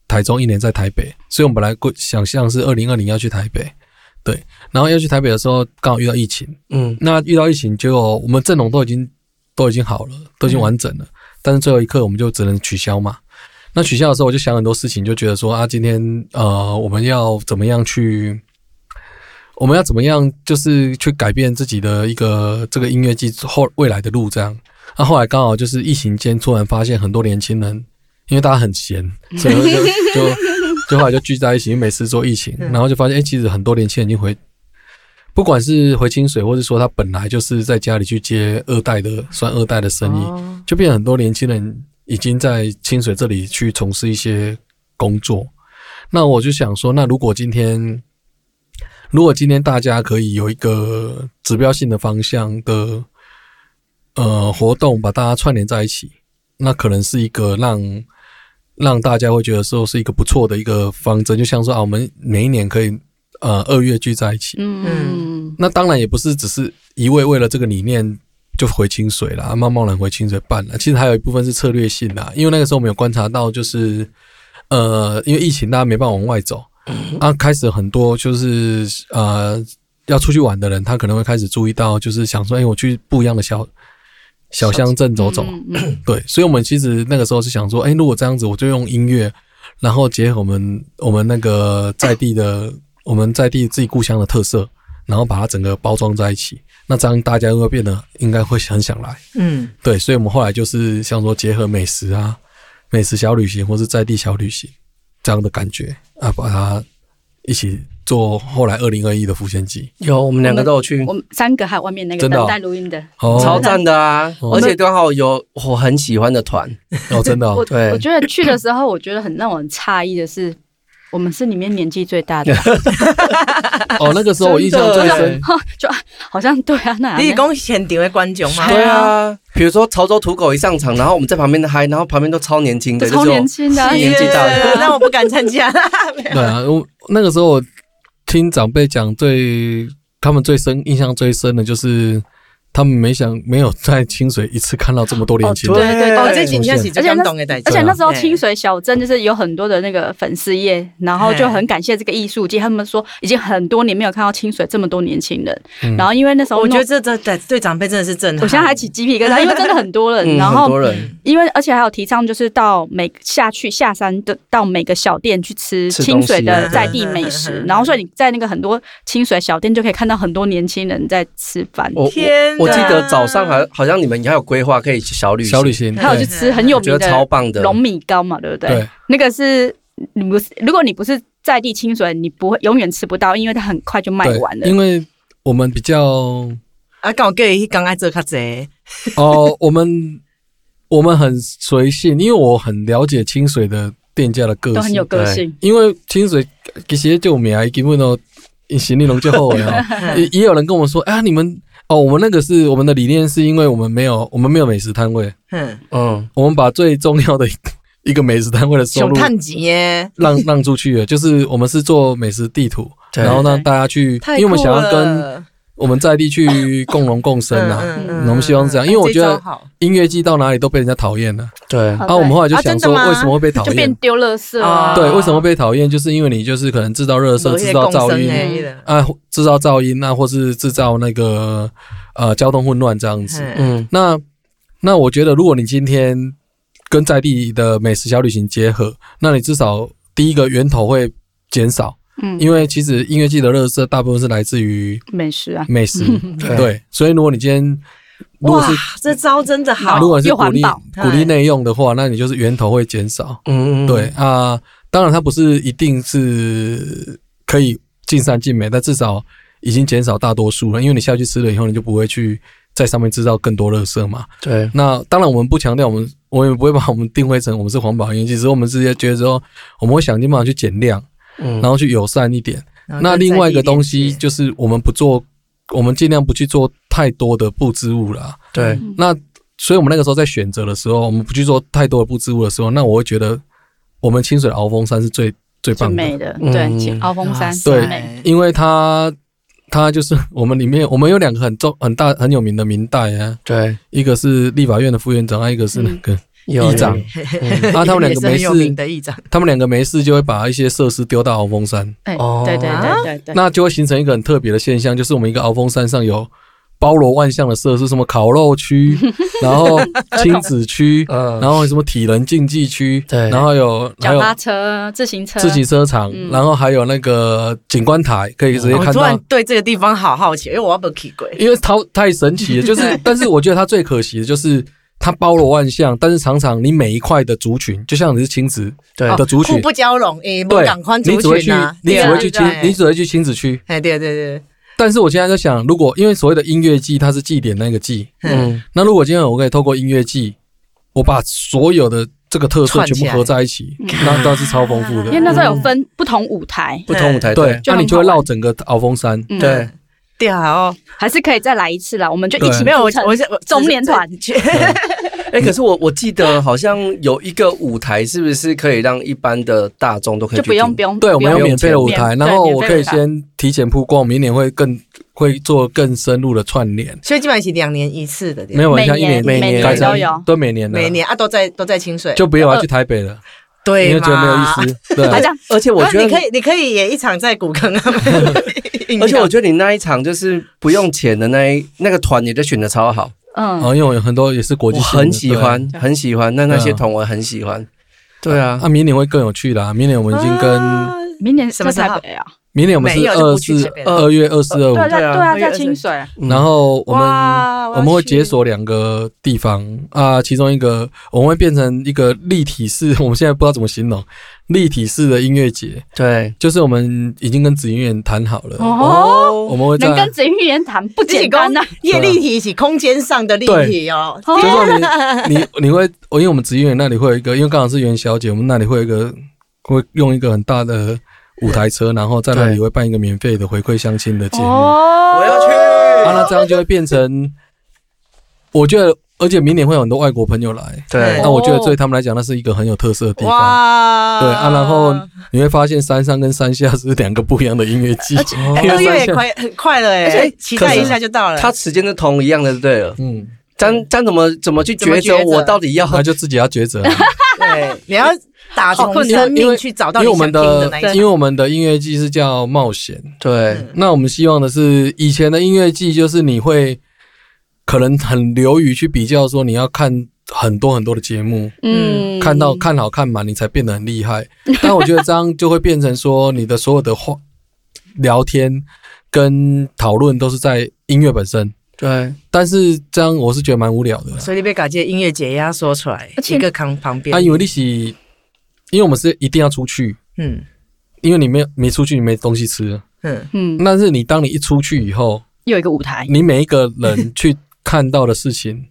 Speaker 4: 台中，一年在台北，所以我们本来过想象是二零二零要去台北，对，然后要去台北的时候刚好遇到疫情，
Speaker 1: 嗯
Speaker 4: 那遇到疫情就我们阵容都已经都已经好了，都已经完整了，但是最后一刻我们就只能取消嘛。那取消的时候，我就想很多事情，就觉得说啊，今天呃，我们要怎么样去我们要怎么样，就是去改变自己的一个这个音乐季后未来的路这样。那、啊后来刚好就是疫情间，突然发现很多年轻人，因为大家很闲，所以就就就后来就聚在一起，因为每次做疫情，然后就发现，哎、其实很多年轻人已经回，不管是回清水，或是说他本来就是在家里去接二代的，算二代的生意，
Speaker 2: 哦
Speaker 4: 就变成很多年轻人已经在清水这里去从事一些工作。那我就想说，那如果今天，如果今天大家可以有一个指标性的方向的呃活动，把大家串联在一起，那可能是一个让让大家会觉得说是一个不错的一个方针。就像说啊，我们每一年可以呃二月聚在一起，
Speaker 3: 嗯，
Speaker 4: 那当然也不是只是一味为了这个理念就回清水啦，贸贸然回清水办了。其实还有一部分是策略性啦，因为那个时候我们有观察到，就是呃，因为疫情大家没办法往外走，啊，开始很多就是呃要出去玩的人，他可能会开始注意到，就是想说，哎、我去不一样的小小乡镇走走。
Speaker 3: 嗯嗯
Speaker 4: 对，所以我们其实那个时候是想说，哎、如果这样子，我就用音乐，然后结合我们我们那个在地的我们在地自己故乡的特色，然后把它整个包装在一起，那这样大家会变得应该会很想来。
Speaker 2: 嗯
Speaker 4: 对，所以我们后来就是像说结合美食啊、美食小旅行或是在地小旅行这样的感觉啊，把它一起做后来二零二一的浮现季。
Speaker 1: 有，我们两个都有去
Speaker 3: 我，们三个还有外面那个
Speaker 4: 真的哦
Speaker 3: 等待录音的，
Speaker 4: 哦，
Speaker 1: 超赞的啊！
Speaker 4: 哦
Speaker 1: 而且刚好有我很喜欢的团，
Speaker 4: 哦，真的、 哦
Speaker 3: 我，
Speaker 1: 对
Speaker 3: 我觉得去的时候，我觉得很让我很诧异的是，我们是里面年纪最大的，
Speaker 4: 哦，那个时候我印象
Speaker 1: 真
Speaker 4: 最
Speaker 1: 的
Speaker 4: 深，
Speaker 3: 就好像对啊，那
Speaker 2: 你是讲现场的观众吗？
Speaker 1: 对啊，比如说潮州土狗一上场，然后我们在旁边嗨，然后旁边都超年轻
Speaker 3: 就
Speaker 1: 的，
Speaker 3: 超
Speaker 1: 就是我
Speaker 3: 年轻的啊，
Speaker 1: 年纪大
Speaker 2: 耶
Speaker 1: 了
Speaker 2: 那我不敢参加。没有
Speaker 4: 对啊，我那个时候我听长辈讲最他们最深印象最深的就是他们没想没有在清水一次看到这么多年轻
Speaker 1: 哦
Speaker 4: 人，
Speaker 3: 对对
Speaker 2: 哦，
Speaker 3: 对
Speaker 2: 这几天是
Speaker 3: 而
Speaker 2: 最
Speaker 3: 且
Speaker 2: 感
Speaker 3: 那
Speaker 2: 动的代志
Speaker 3: 而且那时候
Speaker 2: 对
Speaker 3: 清水小镇就是有很多的那个粉丝业，然后就很感谢这个艺术界，他们说已经很多年没有看到清水这么多年轻人。
Speaker 4: 嗯
Speaker 3: 然后因为那时候
Speaker 2: 我觉得
Speaker 3: 弄
Speaker 2: 这这对对长辈真的是震撼。
Speaker 3: 我现在还起鸡皮疙瘩，因为真的很多人，
Speaker 1: 嗯，
Speaker 3: 然
Speaker 1: 很
Speaker 3: 后
Speaker 1: 多人
Speaker 3: 因为而且还有提倡，就是到每下去下山的到每个小店去吃
Speaker 1: 吃
Speaker 3: 清水
Speaker 1: 东西啊
Speaker 3: 的在地美食，
Speaker 2: 嗯
Speaker 3: 然后所以你在那个很多清水小店就可以看到很多年轻人在吃饭，
Speaker 1: 我我
Speaker 2: 天哪
Speaker 1: 我记得早上还好像你们还有规划可以去小旅
Speaker 4: 小旅，行，
Speaker 3: 还有
Speaker 4: 对
Speaker 3: 去吃很有
Speaker 1: 我觉
Speaker 3: 名
Speaker 1: 得超
Speaker 3: 的
Speaker 1: 棒的。
Speaker 3: 龙米糕嘛，对不对？
Speaker 4: 对
Speaker 3: 那个是你不是，如果你不是在地清水，你不会永远吃不到，因为它很快就卖
Speaker 4: 对
Speaker 3: 完了。
Speaker 4: 因为我们比较
Speaker 2: 啊，刚好叫伊刚爱做较济，
Speaker 4: 哦，我们我们很随性，因为我很了解清水的店家的个
Speaker 3: 都很有
Speaker 4: 性，
Speaker 3: 个性，
Speaker 4: 因为清水其实就名啊基本都行李龙就后了。 也也有人跟我说，啊，你们哦，我们那个是我们的理念，是因为我们没有我们没有美食摊位，
Speaker 2: 嗯，
Speaker 1: 嗯，
Speaker 4: 我们把最重要的一一个美食摊位的收
Speaker 2: 熊
Speaker 4: 入
Speaker 2: 探级耶，
Speaker 4: 让让出去了，就是我们是做美食地图，
Speaker 1: 对
Speaker 4: 然后让
Speaker 3: 对
Speaker 4: 大家去，因
Speaker 2: 太
Speaker 4: 为我们
Speaker 2: 酷
Speaker 4: 想要
Speaker 2: 了
Speaker 4: 跟我们在地去共荣共生啊。
Speaker 2: 嗯
Speaker 4: 我们希望是这样因为我觉得
Speaker 2: 这一招好
Speaker 4: 音乐季到哪里都被人家讨厌了，
Speaker 1: 对
Speaker 3: 好
Speaker 4: 啊，我们后来就
Speaker 2: 啊
Speaker 4: 想
Speaker 2: 真的
Speaker 4: 说，
Speaker 2: 吗
Speaker 4: 为什么会被讨
Speaker 3: 就变
Speaker 4: 厌？
Speaker 3: 丢垃圾啊。
Speaker 2: 哦
Speaker 4: 对，为什么被讨厌？就是因为你就是可能制造热色，制造噪音，
Speaker 3: 欸
Speaker 4: 啊，制造噪音啊，或是制造那个呃交通混乱这样子。
Speaker 2: 嗯
Speaker 1: 嗯，
Speaker 4: 那那我觉得，如果你今天跟在地的美食小旅行结合，那你至少第一个源头会减少，
Speaker 3: 嗯，
Speaker 4: 因为其实音乐季的乐色大部分是来自于
Speaker 3: 美食啊，
Speaker 4: 美食，
Speaker 1: 对
Speaker 4: 对，所以如果你今天如果
Speaker 2: 哇
Speaker 4: 是，
Speaker 2: 这招真的好
Speaker 4: 如，果是
Speaker 3: 又
Speaker 4: 鼓
Speaker 3: 环
Speaker 4: 励
Speaker 3: 保
Speaker 4: 鼓励内用的话，那你就是源头会减少，
Speaker 1: 嗯，嗯
Speaker 4: 对，啊，当然它不是一定是可以尽善尽美，但至少已经减少大多数了。因为你下去吃了以后，你就不会去在上面制造更多垃圾嘛。
Speaker 1: 对，
Speaker 4: 那当然，我们不强调我们，我也不会把我们定位成我们是环保音乐季，只是我们直接觉得说，我们会想尽办法去减量，
Speaker 1: 嗯
Speaker 4: 然后去友善一点。
Speaker 2: 然后
Speaker 4: 那
Speaker 2: 跟
Speaker 4: 另嗯外一个
Speaker 2: 在地连
Speaker 4: 东西
Speaker 2: 接
Speaker 4: 就是，我们不做，我们尽量不去做太多的布织物啦。
Speaker 1: 对，
Speaker 4: 那所以我们那个时候在选择的时候，我们不去做太多的布置物的时候，那我会觉得我们清水的鳌峰山是最最
Speaker 3: 最
Speaker 4: 棒的，
Speaker 3: 美的，
Speaker 1: 嗯
Speaker 3: 对，请鳌峰山
Speaker 2: 哇塞
Speaker 3: 最美，
Speaker 4: 因为它它就是我们里面我们有两个很重很大很有名的明代啊，
Speaker 1: 对，
Speaker 4: 一个是立法院的副院长，啊一个是那个、
Speaker 1: 有
Speaker 4: 议 长
Speaker 1: 有
Speaker 3: 嗯
Speaker 4: 啊，他们两个
Speaker 2: 也是
Speaker 4: 没
Speaker 2: 很有名
Speaker 4: 事，
Speaker 2: 的议长，
Speaker 4: 他们两个没事就会把一些设施丢到鳌峰山，
Speaker 3: 哎，
Speaker 1: 哦
Speaker 3: 对对对对对，
Speaker 4: 那就会形成一个很特别的现象，就是我们一个鳌峰山上有。包罗万象的设施，什么烤肉 区，然后亲子区，
Speaker 1: 嗯
Speaker 4: 然后什么体能竞技区，
Speaker 1: 对
Speaker 4: 然后有还
Speaker 3: 脚
Speaker 4: 有
Speaker 3: 踏车、自行车，
Speaker 4: 自行车场，
Speaker 3: 嗯
Speaker 4: 然后还有那个景观台，可以直接
Speaker 2: 我
Speaker 4: 看
Speaker 2: 哦突然
Speaker 4: 到。
Speaker 2: 对这个地方好好奇，因为我要不要 k 鬼？
Speaker 4: 因为它太神奇了，就是， 但是我觉得它最可惜的就是它包罗万象，但是常常你每一块的族群，就像你是亲子
Speaker 1: 对
Speaker 4: 的族群
Speaker 2: 哦互，不交融，诶，不
Speaker 4: 对
Speaker 2: 港宽，
Speaker 4: 你
Speaker 2: 族
Speaker 4: 只会
Speaker 2: 群
Speaker 4: 去
Speaker 2: 啊，，
Speaker 4: 你
Speaker 2: 对
Speaker 4: 只
Speaker 2: 啊
Speaker 4: 会去亲，你只会去亲子区。
Speaker 2: 哎，对对对，
Speaker 4: 但是我现在在想，如果因为所谓的音乐季，它是祭典那个祭，
Speaker 2: 嗯，
Speaker 1: 嗯，
Speaker 4: 那如果今天我可以透过音乐季，我把所有的这个特色
Speaker 2: 串
Speaker 4: 全
Speaker 2: 起
Speaker 4: 部
Speaker 2: 来
Speaker 4: 合在一起，
Speaker 2: 嗯
Speaker 4: 那倒是超丰富
Speaker 3: 因为
Speaker 4: 的。
Speaker 3: 那时候有分不同舞台，
Speaker 1: 不同舞台
Speaker 4: 对，
Speaker 3: 就
Speaker 4: 那
Speaker 3: 很
Speaker 4: 你就会
Speaker 3: 好玩
Speaker 4: 绕整个鳌峰山。
Speaker 3: 嗯，
Speaker 1: 对，
Speaker 2: 屌哦，
Speaker 3: 还是可以再来一次啦，我们就一起
Speaker 4: 对
Speaker 2: 没有我
Speaker 3: 组成
Speaker 2: 我是我
Speaker 3: 中年团
Speaker 2: 只是
Speaker 1: 哎，可是我我记得好像有一个舞台，是不是可以让一般的大众都可以
Speaker 3: 就
Speaker 1: 去
Speaker 3: 不用
Speaker 1: 听
Speaker 3: 不？用，
Speaker 4: 对，我们有
Speaker 1: 不用
Speaker 4: 免费的舞
Speaker 3: 免
Speaker 4: 台，
Speaker 3: 对
Speaker 4: 然后
Speaker 3: 免
Speaker 4: 我
Speaker 3: 费
Speaker 4: 可以
Speaker 3: 舞台
Speaker 4: 先提前曝光，明年会更会做更深入的串联。
Speaker 2: 所以基本上是两年一次的，对
Speaker 4: 没有，
Speaker 3: 每
Speaker 4: 像一
Speaker 3: 年
Speaker 4: 年
Speaker 1: 每
Speaker 3: 每
Speaker 1: 年
Speaker 4: 改
Speaker 3: 年
Speaker 4: 成
Speaker 3: 都有，
Speaker 4: 都每年的，
Speaker 2: 每年啊都在都在清水，
Speaker 4: 就不要去台北了，因
Speaker 2: 对
Speaker 4: 为
Speaker 2: 嘛
Speaker 4: 觉得没有意思。对
Speaker 3: 还这样
Speaker 1: 而且我
Speaker 2: 啊
Speaker 1: 觉得
Speaker 2: 你可以，你可以也一场在古 坑啊，
Speaker 1: 而且我觉得你那一场就是不用钱的那一那个团，你就选的超好，
Speaker 3: 嗯，
Speaker 4: 哦，因为有很多也是国
Speaker 1: 我
Speaker 4: 际性的，
Speaker 1: 很喜欢，很喜欢。那那些
Speaker 4: 对啊
Speaker 1: 团我很喜欢。对
Speaker 4: 对。
Speaker 1: 啊，
Speaker 4: 那明年会更有趣啦，明年我们已经跟
Speaker 2: 啊
Speaker 3: 明年
Speaker 2: 什么时
Speaker 3: 在
Speaker 2: 候
Speaker 3: 台北啊？
Speaker 4: 明年我们
Speaker 2: 没
Speaker 4: 是
Speaker 2: 有就
Speaker 4: 二
Speaker 2: 不去
Speaker 4: 四
Speaker 2: 台北了
Speaker 4: 二月二四二
Speaker 3: 对啊，
Speaker 4: 五，
Speaker 3: 在对啊，
Speaker 2: 对啊
Speaker 3: 在清水，
Speaker 1: 嗯
Speaker 4: 然后我们
Speaker 2: 哇
Speaker 4: 我们会解，锁两个地方啊，其中一个我们会变成一个立体式， 我们现在不知道怎么形容立体式的音乐节，
Speaker 1: 对
Speaker 4: 就是我们已经跟紫云园谈好了，
Speaker 3: 哦，
Speaker 4: 我们会在
Speaker 3: 能跟紫云园谈不
Speaker 2: 我要去一
Speaker 3: 简
Speaker 2: 起
Speaker 3: 单啊
Speaker 2: 跟
Speaker 3: 呐，
Speaker 2: 叶立体一起空间上的立体哦，
Speaker 3: 对
Speaker 4: 就是
Speaker 3: 哦
Speaker 4: 说你你你会，我因为我们职员那里会有一个，因为刚好是袁小姐，我们那里会有一个会用一个很大的舞台车，然后在那里会办一个免费的回馈相亲的节目，啊，
Speaker 3: 哦，
Speaker 1: 我要去
Speaker 4: 那这样就会变成，我觉得，而且明年会有很多外国朋友
Speaker 3: 哦
Speaker 4: 来，
Speaker 1: 对
Speaker 4: 那我觉得对他们来讲，那是一个很有特色的地方。
Speaker 2: 哇
Speaker 4: 对啊，然后你会发现山上跟山下是两个不一样的音乐季，因
Speaker 2: 二
Speaker 4: 为
Speaker 2: 月也
Speaker 4: 山下，
Speaker 2: 快很快了
Speaker 1: 而
Speaker 2: 哎
Speaker 1: 且，
Speaker 2: 期待一
Speaker 1: 可
Speaker 2: 下就到了。
Speaker 1: 他时间是同一样的，对了。
Speaker 4: 嗯，
Speaker 1: 咱咱怎么怎么去
Speaker 2: 怎么
Speaker 1: 抉择
Speaker 2: 抉择
Speaker 1: 我到底要
Speaker 4: 那就自己要抉择啊。
Speaker 2: 对，你要打
Speaker 3: 好
Speaker 2: 从
Speaker 3: 困难
Speaker 2: 生
Speaker 4: 因
Speaker 2: 命
Speaker 4: 为
Speaker 2: 去找
Speaker 4: 因
Speaker 2: 哦到
Speaker 4: 为
Speaker 2: 你
Speaker 4: 我
Speaker 2: 想听
Speaker 4: 们
Speaker 2: 的那一
Speaker 4: 因为
Speaker 2: 种。
Speaker 4: 我们的音乐季是叫冒险，
Speaker 1: 对
Speaker 4: 那我们希望的是，以前的音乐季就是你会可能很流于去比较，说你要看很多很多的节目，
Speaker 3: 嗯，
Speaker 4: 看到看好看满，你才变得很 厉害。但我觉得这样就会变成说，你的所有的话、聊天跟讨论都是在音乐本身。
Speaker 1: 对
Speaker 4: 但是这样我是觉得蛮无聊的啦。
Speaker 2: 所以你被感觉音乐节压缩出来
Speaker 3: 而，且
Speaker 2: 一个扛旁边
Speaker 4: 啊，，因为利息，因为我们是一定要出去，
Speaker 2: 嗯
Speaker 4: 因为你没有没出去，你没东西吃。
Speaker 2: 嗯，
Speaker 3: 嗯，
Speaker 4: 但是你当你一出去以后，
Speaker 3: 又有一个舞
Speaker 2: 哎
Speaker 3: 台，
Speaker 4: 你每一个人去看到的 事情，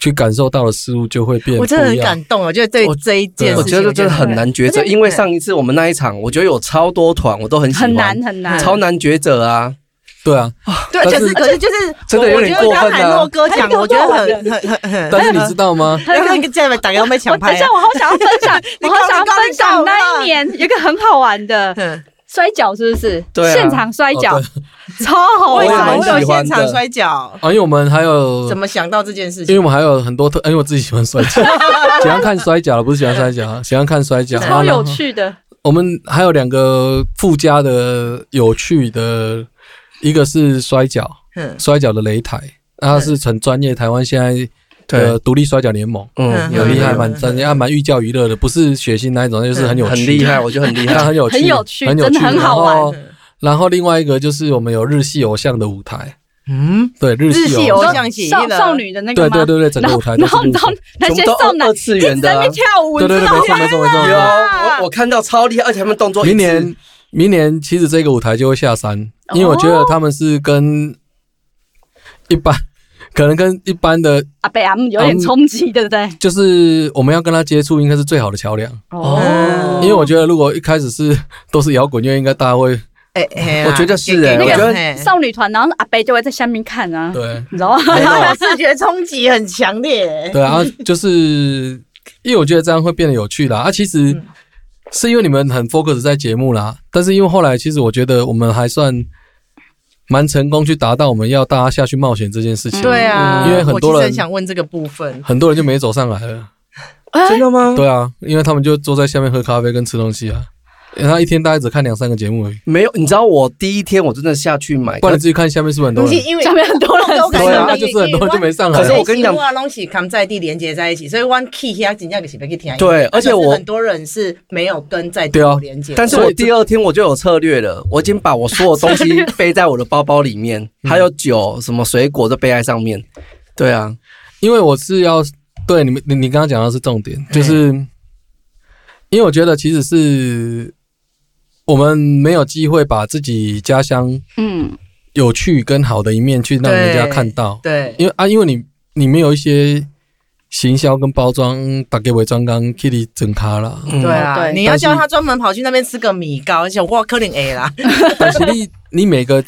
Speaker 4: 去感受到的事物就会变
Speaker 2: 我
Speaker 4: 不
Speaker 2: 真的
Speaker 4: 一
Speaker 2: 很
Speaker 4: 样。
Speaker 2: 感动，我觉得对
Speaker 4: 我
Speaker 2: 这一件
Speaker 1: 我
Speaker 2: 事情，
Speaker 1: 觉得真的很难抉择，
Speaker 3: 而且
Speaker 1: 因为上一次我们那一场，我觉得有超多团，我都很喜欢，
Speaker 3: 很难很难，
Speaker 1: 超难抉择啊。
Speaker 4: 对啊，
Speaker 2: 对，
Speaker 4: 但
Speaker 2: 可
Speaker 4: 是
Speaker 2: 是可是就是
Speaker 1: 真的有点过分啊
Speaker 2: 我我觉得刚才诺哥讲，我觉得很很很很，
Speaker 4: 但是你知 道吗？
Speaker 3: 还有一个
Speaker 2: 那个再来打个被抢
Speaker 3: 我等一
Speaker 2: 拍
Speaker 3: 下，
Speaker 2: 啊，
Speaker 3: 我好想要分
Speaker 2: ，
Speaker 3: 享
Speaker 2: 你
Speaker 3: 我
Speaker 2: 告诉
Speaker 3: 好想要分享那一年有一个很好玩的
Speaker 2: 嗯，
Speaker 3: 摔跤，是不是？
Speaker 1: 对啊
Speaker 3: 现场摔跤
Speaker 4: 哦
Speaker 3: 超好
Speaker 2: 为
Speaker 1: 也
Speaker 2: 什
Speaker 1: 蛮
Speaker 2: 么
Speaker 1: 喜欢
Speaker 2: 会有
Speaker 1: 的我
Speaker 2: 现场摔跤？
Speaker 4: 啊，因为我们还有，
Speaker 2: 怎么想到这件事
Speaker 4: 因为
Speaker 2: 情？
Speaker 4: 我们还有很多特，因为我自己喜欢摔 跤，喜欢看摔跤，不是喜欢摔跤，喜欢看摔跤。
Speaker 3: 超
Speaker 4: 啊
Speaker 3: 有。趣的，
Speaker 4: 然后我们还有两个附加的有趣的，一个是摔跤，
Speaker 2: 嗯
Speaker 4: 摔跤的擂台，它是很专业，台湾现在的独立摔跤联盟，
Speaker 1: 嗯，有
Speaker 4: 很
Speaker 1: 厉
Speaker 4: 嗯厉
Speaker 1: 害
Speaker 4: 害，
Speaker 1: 吗？
Speaker 4: 蛮专业，啊蛮寓教于乐的，不是血腥那一种，就是很有趣，
Speaker 1: 很厉 害，我觉得很厉
Speaker 4: 但
Speaker 1: 害。
Speaker 4: 很有趣，
Speaker 3: 很有趣
Speaker 4: 很有
Speaker 3: 真的很好玩
Speaker 4: 然后。然后另外一个就是我们有日系偶像的舞台，
Speaker 2: 嗯，
Speaker 4: 对日
Speaker 2: 日
Speaker 4: 系
Speaker 2: 系
Speaker 4: 偶
Speaker 2: 偶
Speaker 4: 像，
Speaker 2: 像喜
Speaker 3: 少
Speaker 2: 力了
Speaker 3: 少女的那个
Speaker 4: 对
Speaker 3: 吗？
Speaker 4: 对对对，整
Speaker 3: 然
Speaker 4: 个
Speaker 3: 后
Speaker 4: 舞台都
Speaker 3: 然
Speaker 4: 是
Speaker 3: 后你
Speaker 4: 日
Speaker 3: 知
Speaker 4: 系
Speaker 3: 道。那
Speaker 1: 全部
Speaker 3: 些
Speaker 1: 都
Speaker 3: 少男
Speaker 1: 二次
Speaker 3: 一
Speaker 1: 元
Speaker 3: 直
Speaker 1: 的啊
Speaker 3: 在那边跳舞，
Speaker 4: 对对
Speaker 3: 你
Speaker 4: 对，
Speaker 3: 知道
Speaker 4: 没
Speaker 3: 吗
Speaker 4: 错没错没错。
Speaker 1: 有，我我看到超厉害，而且他们动作一致
Speaker 4: 明年明年其实这个舞台就会下山，
Speaker 3: 哦
Speaker 4: 因为我觉得他们是跟一般，可能跟一般的，
Speaker 3: 啊，被 M 有点冲击，对不对？
Speaker 4: 就是我们要跟他接触，应该是最好的桥梁。
Speaker 1: 哦
Speaker 4: 因为我觉得如果一开始是 都是摇滚乐，应该大家会
Speaker 2: 哎哎，
Speaker 1: 我觉得是哎
Speaker 2: 给给
Speaker 1: 我觉得
Speaker 2: 给
Speaker 3: 少女团，然后阿贝就会在下面看啊，
Speaker 4: 对
Speaker 3: 你知道吗？
Speaker 1: 没有
Speaker 2: 视觉冲击很强烈。
Speaker 4: 对啊，就是因为我觉得这样会变得有趣啦。啊，其实是因为你们很 focus 在节目啦，但是因为后来其实我觉得我们还算蛮成功去达到我们要大家下去冒险这件事情。
Speaker 2: 对啊，
Speaker 4: 因为很多
Speaker 2: 我其
Speaker 4: 人
Speaker 2: 实很想问这个部分。
Speaker 4: 很多人就没走上来了。
Speaker 1: 真的吗？
Speaker 4: 对啊，因为他们就坐在下面喝咖啡跟吃东西啊。他一天大概只看两三个节目而已，
Speaker 1: 没有，你知道我第一天我真的下去买，
Speaker 4: 不
Speaker 1: 可
Speaker 4: 然你自己看下面是不是很多
Speaker 2: 不是
Speaker 4: 人？
Speaker 2: 因为
Speaker 3: 上面很多人
Speaker 2: 都
Speaker 4: 对啊，就是很多人就没上来
Speaker 1: 可是
Speaker 4: 了
Speaker 1: 我。跟你讲
Speaker 2: 啊，东西 come 在地连接在一起，所以 one key 它尽量给是被去听。
Speaker 1: 对而且我
Speaker 2: 可是很多人是没有跟在地
Speaker 4: 对啊
Speaker 2: 有连接的，
Speaker 1: 但是
Speaker 4: 所
Speaker 1: 我
Speaker 4: 以这
Speaker 1: 第二天我就有策略了，我已经把我所有东西背在我的包包里面，还有酒、什么水果都背在上面。对啊，
Speaker 4: 因为我是要对你们，你你刚刚讲的是重点，就是因为我觉得其实是我们没有机会把自己家乡
Speaker 3: 嗯，
Speaker 4: 有趣跟好的一面去让人家看到，
Speaker 2: 对
Speaker 4: 因为啊，因为你你没有一些行销跟包装，打给伪装刚 Kitty 整卡 啦，
Speaker 1: 嗯
Speaker 2: 对
Speaker 3: 嗯
Speaker 2: 啊，
Speaker 3: 对
Speaker 2: 你要叫他专门跑去那边吃个米糕，而且我可能 A 啦，
Speaker 4: 但是你你每个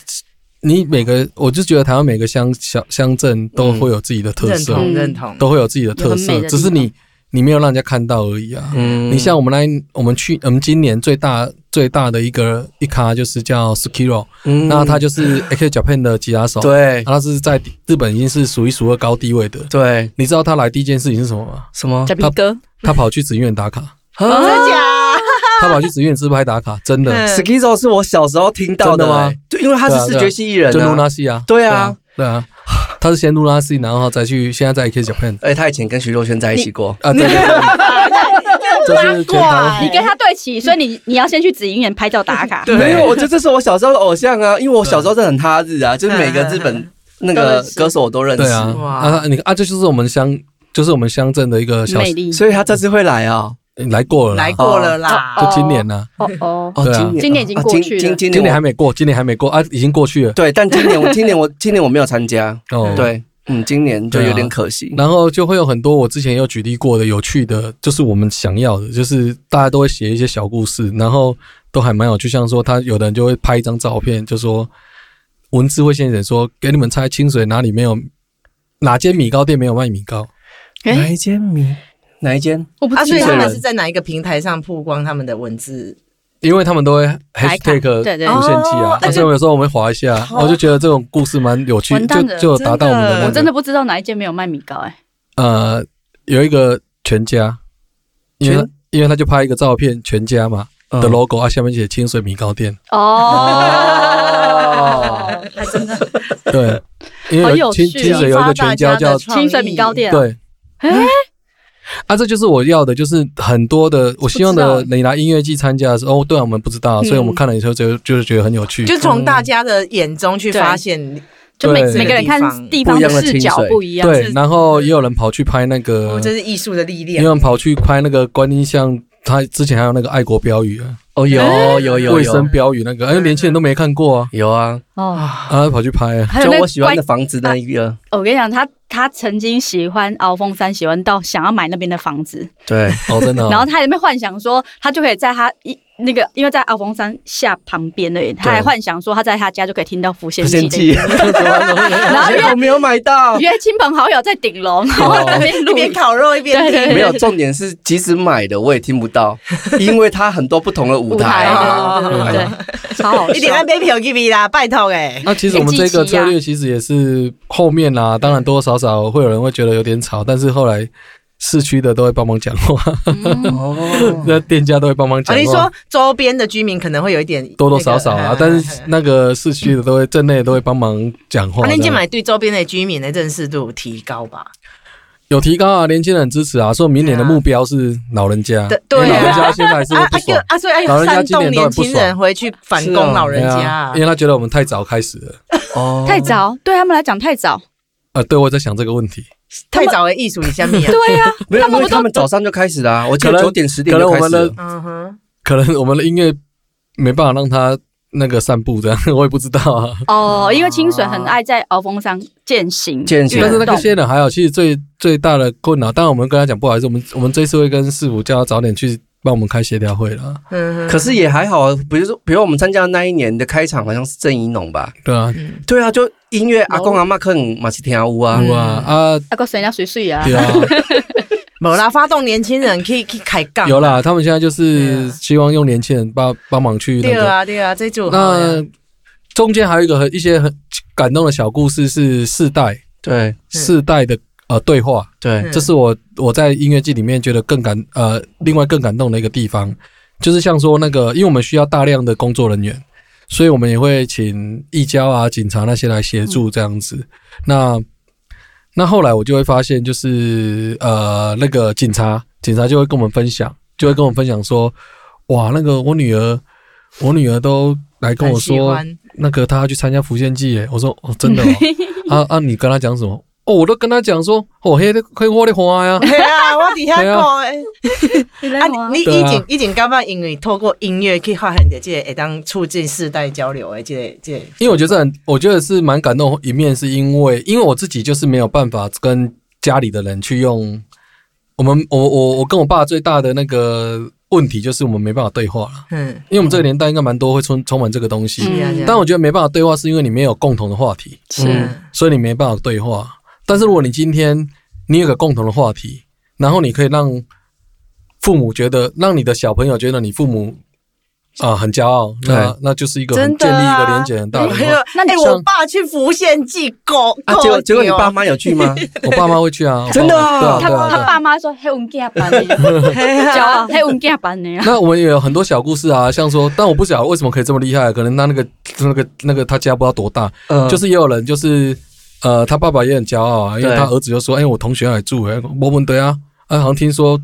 Speaker 4: 你每个，我就觉得台湾每个乡乡乡镇都会有自己的特
Speaker 2: 认
Speaker 4: 色，
Speaker 2: 同
Speaker 3: 嗯
Speaker 2: 认同。
Speaker 4: 都会有自己的特
Speaker 3: 有很美
Speaker 4: 色，
Speaker 3: 的地
Speaker 4: 只
Speaker 3: 方
Speaker 4: 是你你没有让人家看到而已啊。
Speaker 1: 嗯
Speaker 4: 你像我们那一我们去我们今年最大最大的一个一咖就是叫 Skiro，、
Speaker 1: 嗯
Speaker 4: 那他就是 AK Japan 的吉他手，
Speaker 1: 对
Speaker 4: 他是在日本已经是数一数二高地位的。
Speaker 1: 对
Speaker 4: 你知道他来第一件事情是什么吗？
Speaker 1: 什么
Speaker 3: 小皮哥，
Speaker 4: 他跑去紫苑打 卡，
Speaker 2: 真
Speaker 1: 啊
Speaker 2: 的假？
Speaker 4: 他跑去紫苑自拍打卡，真
Speaker 3: 呃
Speaker 4: 的，
Speaker 2: 嗯
Speaker 1: Skizo 是我小时候听到的
Speaker 4: 真的吗
Speaker 1: 欸？对，因为他是
Speaker 4: 对啊
Speaker 1: 视觉系艺人
Speaker 4: 就露
Speaker 1: 啊。
Speaker 4: 拉西啊，
Speaker 1: 对啊，
Speaker 4: 对啊，他是先露拉西，然后再去现在在 AK Japan
Speaker 1: 哎，他以前跟徐若瑄在一起过。
Speaker 4: 啊，对对对， 这是全台湾
Speaker 3: 你跟他对齐，所以你你要先去紫英园拍照打卡。
Speaker 1: 对，没有，我觉得这是我小时候的偶像啊，因为我小时候是很哈日啊，就是每个日本那个歌手我都认识
Speaker 4: 对，啊，
Speaker 2: 哇
Speaker 4: 啊你啊，这就是我们乡，就是我们乡镇的一个小
Speaker 3: 魅力
Speaker 1: 所以他这次会来啊。
Speaker 4: 来过了啦，
Speaker 2: 来过了啦，
Speaker 4: 就今年呢、
Speaker 3: 哦哦，
Speaker 1: 哦，
Speaker 4: 对啊
Speaker 1: 今年
Speaker 3: 今年已经
Speaker 1: 啊
Speaker 3: 过去了
Speaker 1: 今今
Speaker 4: 今年
Speaker 1: 年
Speaker 4: 还
Speaker 1: 我
Speaker 4: 没过，今年还没过啊，已经过去了。
Speaker 1: 对，但今年 我今年我今年我没有参加，
Speaker 4: 哦，。
Speaker 1: 对，嗯，今年就
Speaker 4: 对啊
Speaker 1: 有点可惜。
Speaker 4: 然后就会有很多我之前有举例过的有趣的，就是我们想要的，就是大家都会写一些小故事，然后都还蛮有趣。像说他有的人就会拍一张照片，就说文字会先写说给你们猜清水哪里没有哪间米糕店没有卖米糕，
Speaker 1: 哪
Speaker 3: 哎，
Speaker 1: 一间米？哪一间？
Speaker 3: 我不
Speaker 2: 啊，所以
Speaker 3: 记
Speaker 2: 他
Speaker 3: 得
Speaker 2: 们
Speaker 3: 了，
Speaker 2: 是在哪一个平台上曝光他们的文字？
Speaker 4: 因为他们都会
Speaker 3: 打卡
Speaker 4: hashtag 无
Speaker 3: 对对
Speaker 4: 限记啊
Speaker 2: 哦，而且
Speaker 4: 所以有时候我们划一下，我就觉得这种故事蛮有趣，
Speaker 3: 完蛋
Speaker 4: 就
Speaker 3: 了
Speaker 4: 就有达到我们的那
Speaker 2: 真的
Speaker 3: 我真
Speaker 4: 个
Speaker 3: 的不知道哪一间没有卖米糕，哎，
Speaker 4: 呃，有一个全家，因为因为他就拍一个照片，全家嘛
Speaker 1: 嗯
Speaker 4: 的 logo 啊，下面写清水米糕 店，
Speaker 3: 哦，还真的
Speaker 4: 对，因
Speaker 3: 好
Speaker 4: 为
Speaker 3: 有
Speaker 4: 清
Speaker 3: 趣哦
Speaker 4: 清水有一个全家叫
Speaker 3: 清水米糕，店啊，
Speaker 4: 对，啊，这就是我要的，就是很多的，我希望的
Speaker 3: 不知
Speaker 4: 你来音乐季参加的时候，哦，对啊，我们不知道，
Speaker 3: 嗯
Speaker 4: 所以我们看了以后就就是觉得很有趣，
Speaker 2: 就从大家的眼中去
Speaker 3: 对
Speaker 2: 发现，
Speaker 3: 就每
Speaker 4: 对
Speaker 3: 每个人看地方
Speaker 1: 不一
Speaker 3: 的
Speaker 1: 样的
Speaker 3: 视角
Speaker 1: 清水
Speaker 3: 不一样，
Speaker 4: 对，然后也有人跑去拍那
Speaker 2: 哦
Speaker 4: 个，
Speaker 2: 这是艺术的力
Speaker 4: 也有
Speaker 2: 量。
Speaker 4: 人跑去拍那个观音像，他之前还有那个爱国标语啊，
Speaker 1: 哦，有有有
Speaker 4: 卫
Speaker 1: 有
Speaker 4: 生标语那个，哎，年轻人都没看过啊，
Speaker 1: 有啊，
Speaker 3: 哦，
Speaker 4: 啊，跑去拍 啊。
Speaker 3: 还有
Speaker 1: 就
Speaker 3: 那
Speaker 1: 我喜欢
Speaker 3: 关
Speaker 1: 的房子那一个，
Speaker 3: 我跟你讲，他他曾经喜欢鳌峰山，喜欢到想要买那边的房子，
Speaker 1: 对，
Speaker 4: 哦，真的、哦。
Speaker 3: 然后他还在那边幻想说，他就可以在他一那个，因为在鳌峰山下旁边而已，他还幻想说他在他家就可以听到无线
Speaker 1: 不嫌
Speaker 3: 机的。
Speaker 1: 弃，
Speaker 3: 然后
Speaker 1: 结
Speaker 3: 约
Speaker 1: 果没有买到。
Speaker 3: 约亲朋好友在顶楼，然后在那边
Speaker 2: 一
Speaker 3: 录
Speaker 2: 边烤肉一边
Speaker 3: 对对
Speaker 2: 听
Speaker 3: 对
Speaker 1: 没有，重点是即使买的我也听不 到，因为它很多不同的舞
Speaker 3: 舞
Speaker 1: 台。
Speaker 3: 台，
Speaker 1: 啊
Speaker 3: 对对对对，超好
Speaker 2: 一点按
Speaker 3: 笑。
Speaker 2: 杯票给你啦，拜托哎。
Speaker 4: 那其实我们这个策略其实也是后面
Speaker 2: 嗯
Speaker 4: 啦、当然多多少少会有人会觉得有点吵，但是后来市区的都会帮忙讲话，
Speaker 1: 哦，
Speaker 4: 那店家都会帮忙
Speaker 2: 啊，
Speaker 4: 讲
Speaker 2: 你
Speaker 4: 话
Speaker 2: 说，周边的居民可能会有一点
Speaker 4: 多多少少
Speaker 2: 那个。
Speaker 4: 啊
Speaker 2: 嗯
Speaker 4: 但 是嗯那个市区的都会镇内都会帮忙讲话
Speaker 2: 啊，
Speaker 4: 的
Speaker 2: 那，进买对周边的居民的认识度提高吧？
Speaker 4: 有提高啊，年轻人支持啊，说明年的目标是老人家，
Speaker 2: 对对啊
Speaker 4: 因为老人家现在还是
Speaker 2: 啊
Speaker 4: 会
Speaker 2: 啊
Speaker 4: 不
Speaker 2: 就
Speaker 4: 爽。
Speaker 2: 啊，所以哎
Speaker 4: 老
Speaker 2: 呦，
Speaker 4: 人家
Speaker 2: 煽
Speaker 4: 今
Speaker 2: 动
Speaker 4: 年都
Speaker 2: 年
Speaker 4: 很不爽
Speaker 2: 轻人回去反
Speaker 1: 是哦
Speaker 2: 攻老人
Speaker 4: 对
Speaker 2: 家
Speaker 4: 啊，因为他觉得我们太早开始了，
Speaker 1: 哦
Speaker 3: 太早，对他们来讲太早。
Speaker 4: 啊，对我在想这个问题，
Speaker 2: 太早的艺术一下 面啊，
Speaker 3: 对呀，
Speaker 1: 没有，因
Speaker 3: 他
Speaker 1: 为
Speaker 3: 们不
Speaker 1: 他
Speaker 3: 都
Speaker 1: 们早上就开始啦、啊我记
Speaker 4: 可
Speaker 1: 得
Speaker 4: 能
Speaker 1: 九点十点
Speaker 4: 可能
Speaker 1: 就
Speaker 4: 我
Speaker 1: 开
Speaker 4: 们
Speaker 1: 始
Speaker 4: 的
Speaker 1: 了。
Speaker 2: 嗯哼，
Speaker 4: 可能我们的音乐没办法让他那个散步这样， 我也不知道啊。
Speaker 3: 哦，因为清水很爱在鳌峰山践行，
Speaker 1: 践行
Speaker 3: 运
Speaker 4: 但是那个
Speaker 3: 动
Speaker 4: 些人还好，其实最最大的困扰，当然我们跟他讲不好意思，我们我们这次会跟市府叫他早点去帮我们开协调会了。
Speaker 2: 嗯哼，
Speaker 1: 可是也还好啊，比如说，比如我们参加的那一年的开场好像是郑怡农吧？
Speaker 4: 对啊，
Speaker 1: 对啊，就音乐阿公阿妈可能马是听舞啊，
Speaker 4: 哇啊，
Speaker 3: 啊，够谁家水水啊？
Speaker 4: 对 啊，
Speaker 2: 没啦，发动年轻人去去开杠，
Speaker 4: 有，啦，他们现在就是
Speaker 2: 啊对啊
Speaker 4: 希望用年轻人帮帮忙去那
Speaker 2: 对
Speaker 4: 个。
Speaker 2: 啊对啊，这就好呀
Speaker 4: 那中间还有一个很一些很感动的小故事是世代
Speaker 1: 对
Speaker 4: 世代的呃对话，
Speaker 1: 对
Speaker 2: 嗯
Speaker 4: 这是我我在音乐季里面觉得更感呃另外更感动的一个地方，就是像说那个，因为我们需要大量的工作人员，所以我们也会请义交啊、警察那些来协助
Speaker 2: 嗯
Speaker 4: 这样子。那那后来我就会发现，就是呃，那个警察，警察就会跟我们分享，就会跟我们分享说，哇，那个我女儿，我女儿都来跟我
Speaker 2: 很喜
Speaker 4: 说，
Speaker 2: 欢
Speaker 4: 那个他去参加浮现祭耶，我说哦，真的哦，啊啊，你跟他讲什么？哦，我都跟他讲说，哦，黑的黑我的花呀，
Speaker 2: 对啊，我底下
Speaker 4: 对啊
Speaker 2: 讲诶。啊，你你
Speaker 4: 对
Speaker 2: 以
Speaker 4: 啊
Speaker 2: 前以前感觉因为透过音乐去发现的这个会当促进世代交流诶，这个这个
Speaker 4: 因为我觉得这很， 我觉得是蛮感动。一面是因为，因为我自己就是没有办法跟家里的人去用。我们，我我我跟我爸最大的那个问题就是我们没办法对话了，
Speaker 2: 嗯，
Speaker 4: 因为我们这个年代应该蛮多会充充满这个东西。
Speaker 2: 是啊
Speaker 3: 嗯
Speaker 2: 是
Speaker 4: 但
Speaker 2: 啊，
Speaker 4: 我觉得没办法对话，是因为你没有共同的话题，
Speaker 3: 是
Speaker 2: 嗯
Speaker 4: 所以你没办法对话。但是如果你今天你有个共同的话题，然后你可以让父母觉得，让你的小朋友觉得你父母啊、很骄傲，那
Speaker 1: 对
Speaker 4: 那就是一个
Speaker 3: 真
Speaker 4: 很
Speaker 3: 的
Speaker 4: 建立一个
Speaker 3: 啊
Speaker 4: 连接很大的
Speaker 2: 哎
Speaker 4: 地
Speaker 2: 呦
Speaker 4: 方。
Speaker 3: 那你
Speaker 2: 哎
Speaker 3: 像
Speaker 2: 我爸去浮现祭狗，哦
Speaker 1: 啊，
Speaker 2: 狗
Speaker 1: 结果结果你
Speaker 2: 丢
Speaker 1: 爸妈有去 吗？
Speaker 4: 我爸妈会去啊，
Speaker 1: 真的啊
Speaker 4: 对啊，
Speaker 3: 他
Speaker 4: 对啊，对
Speaker 3: 他
Speaker 4: 啊。
Speaker 3: 爸妈说黑文件班 的，啊骄傲黑文件班的。
Speaker 4: 那我们也有很多小故事啊，像说，但我不晓得为什么可以这么厉害，可能他那个那个那个他家不知道多大，
Speaker 1: 嗯，
Speaker 4: 就是也有人就是呃，他爸爸也很骄傲啊，因为
Speaker 1: 对
Speaker 4: 他儿子就说，哎，我同学来住，哎，我问对啊，啊，好像听说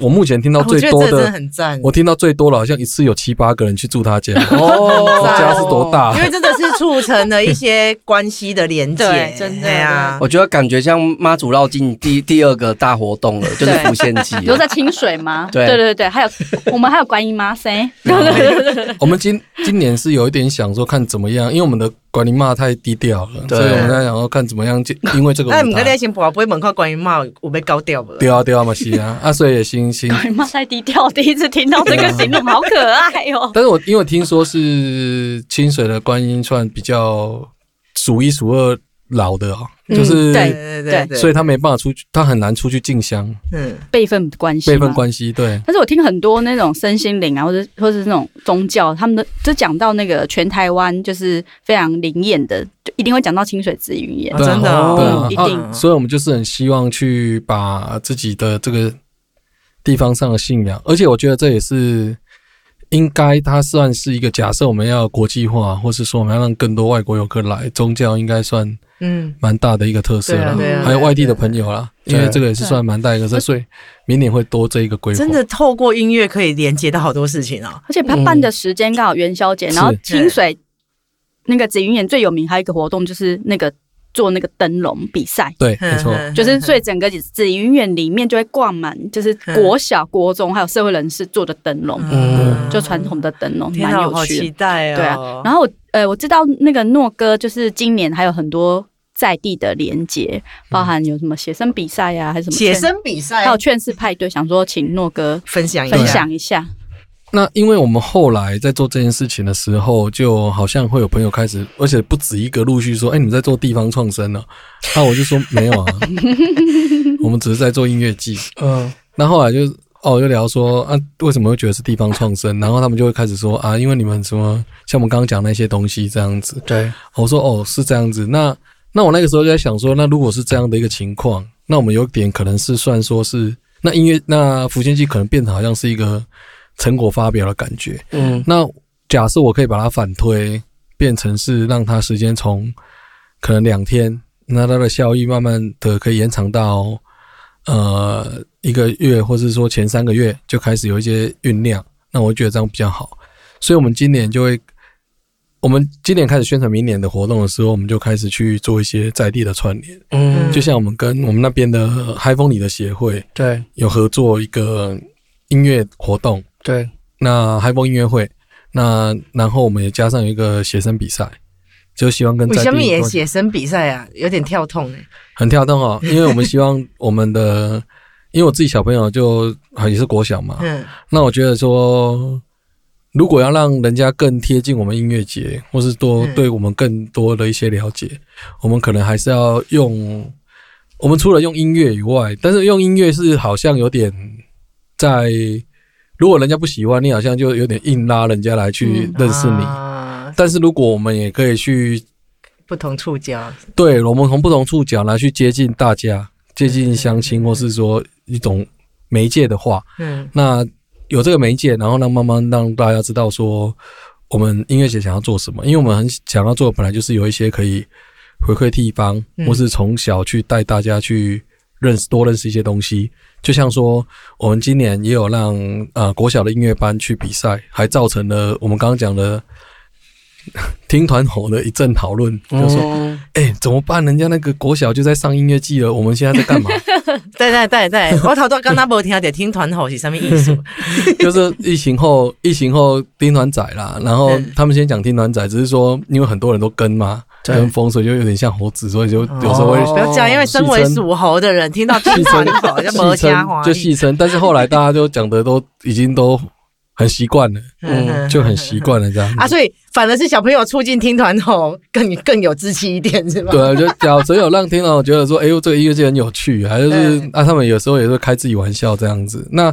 Speaker 4: 我目前听到
Speaker 2: 啊我
Speaker 4: 最
Speaker 2: 觉得
Speaker 4: 多
Speaker 2: 这真的
Speaker 4: 的，
Speaker 2: 很赞，
Speaker 4: 我听到最多了，好像一次有七八个人去住 他家，
Speaker 1: 哦
Speaker 4: 我家是多大
Speaker 2: 因为真的是促成了一些关系的连接，
Speaker 3: 对真的
Speaker 2: 对啊。
Speaker 4: 哦
Speaker 1: 我觉得感觉像妈祖绕境第第二个大活动了，就是
Speaker 3: 对
Speaker 1: 浮现啊祭
Speaker 3: 你。说在清水吗？
Speaker 1: 对
Speaker 3: 对对对，还有我们还有观音妈噻，
Speaker 4: 我们今今年是有一点想说看怎么样，因为我们的管理骂太低调了，
Speaker 1: 对
Speaker 4: 所以我们在想说看怎么样，就因为这个 舞
Speaker 2: 哎，唔过你
Speaker 4: 台。
Speaker 2: 先不会门口关于骂有被高调不？
Speaker 4: 对啊，对啊，嘛是啊，啊，所以也行 行。
Speaker 3: 观音妈太低调，第一次听到这个形容，好可爱哦。
Speaker 4: 但是我因为我听说是清水的观音算比较数一数二老的哦，
Speaker 2: 嗯
Speaker 4: 就是、
Speaker 2: 对
Speaker 3: 对
Speaker 2: 对对对，
Speaker 4: 啊所以
Speaker 2: 以
Speaker 4: 他没办法出去，他很难出去进香，
Speaker 2: 嗯，
Speaker 3: 辈分关系，
Speaker 4: 辈分。关系对。
Speaker 3: 但是我听很多那种身心灵啊，或者或者是那种宗教，他们的就讲到那个全台湾就是非常灵验的，就一定会讲到清水紫云岩
Speaker 2: 啊。
Speaker 4: 对啊
Speaker 2: 真的哦
Speaker 1: 对
Speaker 4: 啊
Speaker 3: 一定
Speaker 2: 嗯
Speaker 4: 所以我们就是很希望去把自己的这个地方上的信仰，而且我觉得这也是应该，它算是一个假设，我们要国际化，或是说我们要让更多外国游客来，宗教应该算
Speaker 2: 嗯，
Speaker 4: 蛮大的一个特色啦，
Speaker 2: 对啊对啊
Speaker 4: 还有外地的朋友啦，
Speaker 1: 对啊
Speaker 4: 因为这个也是算蛮大一个特色，所以明年会多这一个规划。
Speaker 2: 真的透过音乐可以连接到好多事情哦。
Speaker 3: 而且他办的时间刚好元宵节，
Speaker 4: 是
Speaker 3: 然后清水那个紫云岩最有名还有一个活动就是那个做那个灯笼比赛。
Speaker 4: 对，
Speaker 2: 嗯
Speaker 4: 没错，
Speaker 3: 就是所以整个紫云园里面就会挂满，就是国小、国中还有社会人士做的灯笼，
Speaker 1: 嗯
Speaker 3: 就传统的灯笼，
Speaker 2: 天
Speaker 3: 蛮
Speaker 2: 啊，
Speaker 3: 有
Speaker 2: 好
Speaker 3: 趣
Speaker 2: 期
Speaker 3: 的。
Speaker 2: 待哦。
Speaker 3: 对啊，然后我呃，我知道那个诺哥就是今年还有很多在地的连结，包含有什么写生比赛啊，还是什么
Speaker 2: 嗯写
Speaker 3: 劝，
Speaker 2: 生比赛
Speaker 3: 还有劝世派对，想说请诺哥
Speaker 2: 分享一下
Speaker 3: 分享一下。
Speaker 4: 那因为我们后来在做这件事情的时候，就好像会有朋友开始，而且不止一个陆续说：“哎、你们在做地方创生呢、啊 那我就说：“没有啊，我们只是在做音乐季。
Speaker 1: 嗯，”
Speaker 4: 那后来就哦，我就聊说啊，为什么会觉得是地方创生？然后他们就会开始说啊，因为你们什么，像我们刚刚讲那些东西这样子。
Speaker 1: 对，
Speaker 4: 我说哦，是这样子。那那我那个时候就在想说，那如果是这样的一个情况，那我们有点可能是算说是那音乐那福建记可能变成好像是一个成果发表的感觉。
Speaker 1: 嗯
Speaker 4: 那假设我可以把它反推，变成是让它时间从可能两天，那它的效益慢慢的可以延长到呃一个月，或是说前三个月就开始有一些酝酿，那我觉得这样比较好。所以我们今年就会，我们今年开始宣传明年的活动的时候，我们就开始去做一些在地的串联，
Speaker 1: 嗯，
Speaker 4: 就像我们跟我们那边的嗨风里的协会
Speaker 1: 对
Speaker 4: 有合作一个音乐活动，
Speaker 1: 对，
Speaker 4: 那嗨风音乐会，那然后我们也加上一个写生比赛，就希望跟
Speaker 2: 为
Speaker 4: 在
Speaker 2: 什么
Speaker 4: 地
Speaker 2: 也
Speaker 4: 关
Speaker 2: 写生比赛啊？有点跳痛哎。
Speaker 4: 很跳动哦，因为我们希望我们的，因为我自己小朋友就啊也是国小嘛，
Speaker 2: 嗯，
Speaker 4: 那我觉得说，如果要让人家更贴近我们音乐节，或是多
Speaker 2: 嗯
Speaker 4: 对我们更多的一些了解，我们可能还是要用我们除了用音乐以外，但是用音乐是好像有点在，如果人家不喜欢你，好像就有点硬拉人家来去
Speaker 3: 嗯
Speaker 4: 认识你。
Speaker 2: 啊
Speaker 4: 但是如果我们也可以去
Speaker 2: 不同触角，
Speaker 4: 对，我们从不同触角来去接近
Speaker 2: 嗯
Speaker 4: 大家，接近乡亲，或是说一种媒介的话，
Speaker 2: 嗯
Speaker 4: 那有这个媒介，然后让慢慢让大家知道说我们音乐节想要做什么，因为我们很想要做的本来就是有一些可以回馈地方，
Speaker 2: 嗯
Speaker 4: 或是从小去带大家去认识多认识一些东西。就像说，我们今年也有让呃国小的音乐班去比赛，还造成了我们刚刚讲的 听团吼的一阵讨论，就说
Speaker 1: 嗯
Speaker 4: 哎、怎么办？人家那个国小就在上音乐季了，我们现在在干嘛？
Speaker 2: 对对对 对，我头都刚刚无听到，听团吼是什么意思？
Speaker 4: 就是疫情后，疫情后听团仔啦，然后
Speaker 2: 嗯
Speaker 4: 他们先讲听团仔，只是说因为很多人都跟嘛，
Speaker 1: 对
Speaker 4: 跟风，所以就有点像猴子，所以就 有时候 会
Speaker 1: 哦
Speaker 2: 不要这样，因为身为属猴的人，听到听团吼就没
Speaker 4: 戏
Speaker 2: 加
Speaker 4: 称，
Speaker 2: 话，
Speaker 4: 就戏称。但是后来大家就讲的都已经都很习惯了，
Speaker 1: 嗯
Speaker 4: 就很习惯了这样。
Speaker 2: 啊，所以反而是小朋友促进听团吼更更有志气一点，是吧？
Speaker 4: 对啊，就假只有让听众觉得说，哎呦，这个音乐界很有趣，还是、
Speaker 2: 嗯
Speaker 4: 啊，他们有时候也会开自己玩笑这样子。那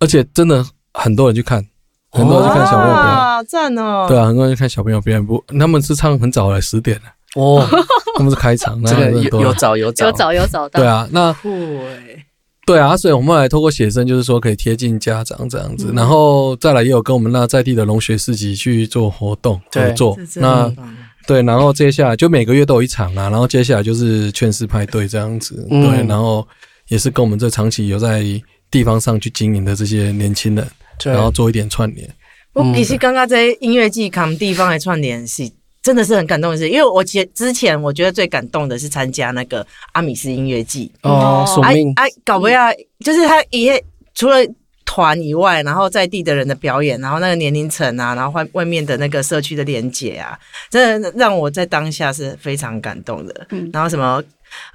Speaker 4: 而且真的很多人去看，很多人去看小朋友表演。
Speaker 2: 啊，赞哦！
Speaker 4: 对啊，很多人去看小朋友表演不，他们是唱很早了，十点了，
Speaker 1: 哦，
Speaker 4: 他们是开 场，
Speaker 1: 这个
Speaker 4: 然后很
Speaker 1: 有
Speaker 4: 多
Speaker 1: 有找有找
Speaker 3: 有找有找到，
Speaker 4: 对啊，那
Speaker 2: 对，
Speaker 4: 对啊，所以我们后来透过写生，就是说可以贴近家长这样子，
Speaker 1: 嗯
Speaker 4: 然后再来也有跟我们那在地的农学市集去做活动
Speaker 1: 对
Speaker 4: 合作
Speaker 2: 这，真的
Speaker 4: 那
Speaker 2: 很棒
Speaker 4: 对，然后接下来就每个月都有一场啊，然后接下来就是劝世派对这样子，
Speaker 1: 嗯
Speaker 4: 对，然后也是跟我们这长期有在地方上去经营的这些年轻人，
Speaker 1: 对
Speaker 4: 然后做一点串联。
Speaker 2: 我其实刚刚在音乐季扛地方的串联是真的是很感动的事，因为我前之前我觉得最感动的是参加那个阿米斯音乐季，
Speaker 1: 哦，
Speaker 3: 哦
Speaker 1: 署
Speaker 2: 哎
Speaker 1: 命
Speaker 2: 哎，搞不要，就是他也除了团以外，然后在地的人的表演，然后那个年龄层啊，然后外外面的那个社区的连结啊，真的让我在当下是非常感动的。
Speaker 3: 嗯
Speaker 2: 然后什么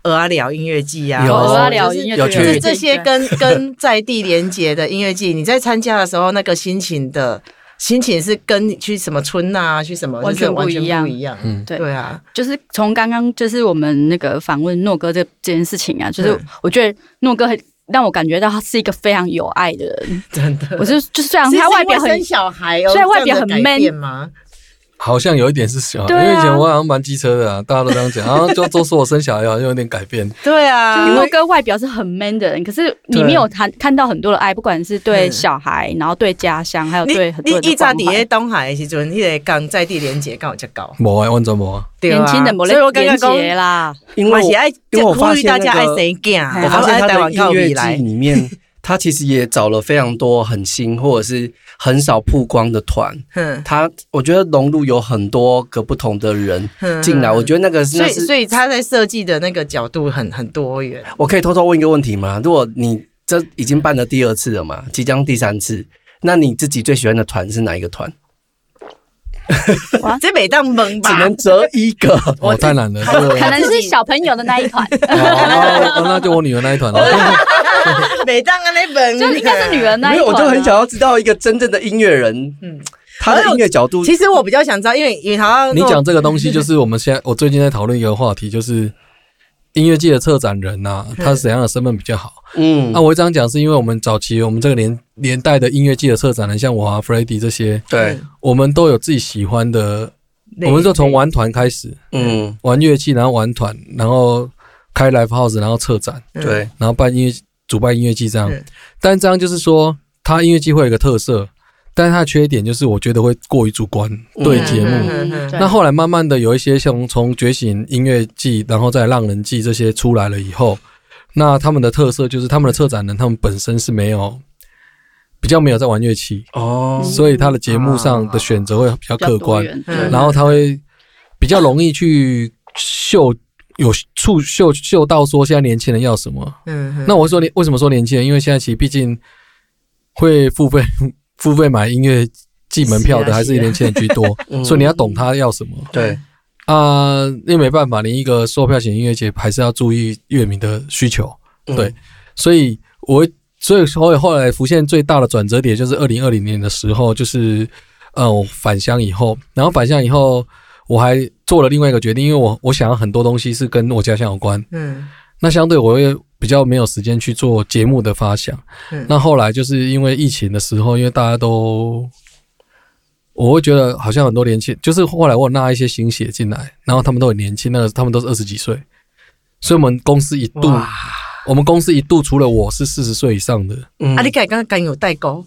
Speaker 2: 鹅阿寮音乐季啊，
Speaker 1: 有
Speaker 3: 有啊，
Speaker 1: 鹅
Speaker 3: 聊
Speaker 2: 就是
Speaker 3: 音乐
Speaker 1: 有
Speaker 3: 剧
Speaker 1: 趣
Speaker 2: 这
Speaker 1: 对
Speaker 2: 这些跟跟在地连接的音乐季，你在参加的时候，那个心情的心情是跟你去什么村啊，去什么
Speaker 3: 完全
Speaker 2: 就是完
Speaker 3: 不
Speaker 2: 全
Speaker 3: 一样
Speaker 2: 不一样。
Speaker 4: 嗯
Speaker 3: 对
Speaker 2: 对啊，
Speaker 3: 就是从刚刚就是我们那个访问诺哥这这件事情啊，就是
Speaker 2: 嗯
Speaker 3: 我觉得诺哥很让我感觉到他是一个非常有爱的人。
Speaker 2: 真的。
Speaker 3: 我是就是虽然他
Speaker 2: 是因为
Speaker 3: 外表很
Speaker 2: 生小孩哦，
Speaker 3: 虽然外表
Speaker 2: 这样
Speaker 3: 很
Speaker 2: 的改
Speaker 3: man
Speaker 2: 变吗？
Speaker 4: 好像有一点是小，
Speaker 3: 对啊
Speaker 4: 因为以前我好像蛮机车的啊，大家都这样讲，然后就都说我生小孩好像有点改变，
Speaker 2: 对啊，
Speaker 3: 呃就是诺哥外表是很 man 的人，可是里面有看看到很多的爱，不管是对
Speaker 2: 嗯
Speaker 3: 小孩，然后对家乡，还有
Speaker 2: 你
Speaker 3: 对很
Speaker 2: 你
Speaker 3: 多人
Speaker 2: 一
Speaker 3: 的
Speaker 2: 早
Speaker 3: 关
Speaker 2: 伫
Speaker 3: 怀
Speaker 2: 咧。东海的时阵，迄个港在地连接刚好较高，
Speaker 4: 无啊，完全无啊，
Speaker 2: 对啊
Speaker 3: 年轻人没
Speaker 2: 所以我刚
Speaker 3: 在连
Speaker 2: 刚讲，
Speaker 3: 结啦，
Speaker 1: 因
Speaker 2: 嘛
Speaker 1: 为
Speaker 2: 是爱，
Speaker 1: 因为我
Speaker 2: 呼
Speaker 1: 发
Speaker 2: 吁
Speaker 1: 现
Speaker 2: 大家
Speaker 1: 那
Speaker 2: 爱
Speaker 1: 个
Speaker 2: 生囝，
Speaker 1: 我发现
Speaker 2: 爱
Speaker 1: 他
Speaker 2: 台
Speaker 1: 的
Speaker 2: 湾靠
Speaker 1: 音
Speaker 2: 未
Speaker 1: 乐季
Speaker 2: 来，
Speaker 1: 里 面，他其实也找了非常多很新或者是很少曝光的团。
Speaker 2: 嗯
Speaker 1: 他我觉得融入有很多个不同的人
Speaker 2: 嗯
Speaker 1: 进来，我觉得那个是
Speaker 2: 所
Speaker 1: 那
Speaker 2: 以所
Speaker 1: 是。
Speaker 2: 以他在设计的那个角度很很多元，
Speaker 1: 我可以偷偷问一个问题吗？如果你这已经办了第二次了嘛，即将第三次，那你自己最喜欢的团是哪一个 团？
Speaker 2: 这每当懵
Speaker 1: 只
Speaker 2: 吧，
Speaker 1: 能择一 个。哦
Speaker 4: 我哦太懒了，这个
Speaker 3: 可能是小朋友的那一款，
Speaker 4: 哦哦那就我女儿那一团了。
Speaker 2: 每当安尼问，
Speaker 3: 就应该是女人那
Speaker 1: 没
Speaker 3: 一
Speaker 1: 有，
Speaker 3: 款啊。
Speaker 1: 我就很想要知道一个真正的音乐人，
Speaker 2: 嗯
Speaker 1: 他的音乐角度。
Speaker 2: 其实我比较想知道，因为因为他
Speaker 4: 你讲这个东西，就是我们现在我最近在讨论一个话题，就是音乐界的策展人呐、他是怎样的身份比较好？
Speaker 1: 嗯
Speaker 4: 那、，我这样讲是因为我们早期我们这个年年代的音乐界的策展人，像我啊、Freddy 这些，
Speaker 1: 对，
Speaker 2: 嗯
Speaker 4: 我们都有自己喜欢的。我们就从玩团开始，
Speaker 1: 嗯，
Speaker 4: 玩乐器，然后玩团，然后开 live house，然后策展，
Speaker 1: 对，
Speaker 4: 然后办音乐主办音乐季这样
Speaker 2: 嗯。
Speaker 4: 但这样就是说，它音乐季会有一个特色，但是它的缺点就是我觉得会过于主观对节目。
Speaker 2: 嗯嗯
Speaker 3: 对
Speaker 4: 那后来慢慢的有一些像从觉醒音乐季，然后再浪人季这些出来了以后，那他们的特色就是他们的策展人他们本身是没有比较没有在玩乐器，
Speaker 1: 哦，
Speaker 4: 所以他的节目上的选择会比较
Speaker 3: 比较
Speaker 4: 客
Speaker 3: 啊多
Speaker 4: 观。
Speaker 3: 元，
Speaker 2: 嗯
Speaker 3: 对
Speaker 4: 然后他会比较容易去嗅有触嗅嗅到说现在年轻人要什么。
Speaker 2: 嗯嗯
Speaker 4: 那我说年为什么说年轻人？因为现在其实毕竟会付费 付费买音乐季门票
Speaker 2: 是
Speaker 4: 的
Speaker 2: 啊
Speaker 4: 还是年轻人居多，
Speaker 1: 嗯
Speaker 4: 所以你要懂他要什么
Speaker 1: 对，
Speaker 4: 啊。那、没办法，你一个售票型音乐节还是要注意乐迷的需求，
Speaker 1: 嗯
Speaker 4: 对，所以我会所以所以后来浮现最大的转折点就是二零二零年的时候，就是呃我返乡以后，然后返乡以后我还做了另外一个决定，因为我我想要很多东西是跟我家乡有关，
Speaker 2: 嗯
Speaker 4: 那相对我会比较没有时间去做节目的发想。
Speaker 2: 嗯
Speaker 4: 那后来就是因为疫情的时候，因为大家都。我会觉得好像很多年轻，就是后来我有纳一些新血进来，然后他们都很年轻，那个他们都是二十几岁，所以我们公司一度
Speaker 2: 哇，
Speaker 4: 我们公司一度除了我是四十岁以上的，
Speaker 1: 嗯
Speaker 2: 啊，你敢刚刚有代沟，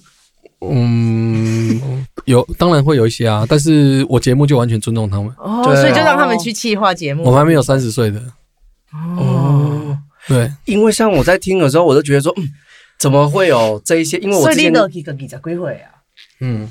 Speaker 4: 嗯， 有当然会有一些啊，但是我节目就完全尊重他们。
Speaker 2: 哦，
Speaker 1: 对啊
Speaker 2: 所以就让他们去企划节目。
Speaker 4: 我们还没有三十岁的，
Speaker 1: 哦，
Speaker 4: 对，
Speaker 1: 因为像我在听的时候，我都觉得说，嗯，怎么会有这一些？因为
Speaker 4: 哦
Speaker 1: 我
Speaker 2: 所
Speaker 1: 之
Speaker 2: 以你
Speaker 1: 前
Speaker 2: 都几个几十几岁啊？
Speaker 4: 嗯，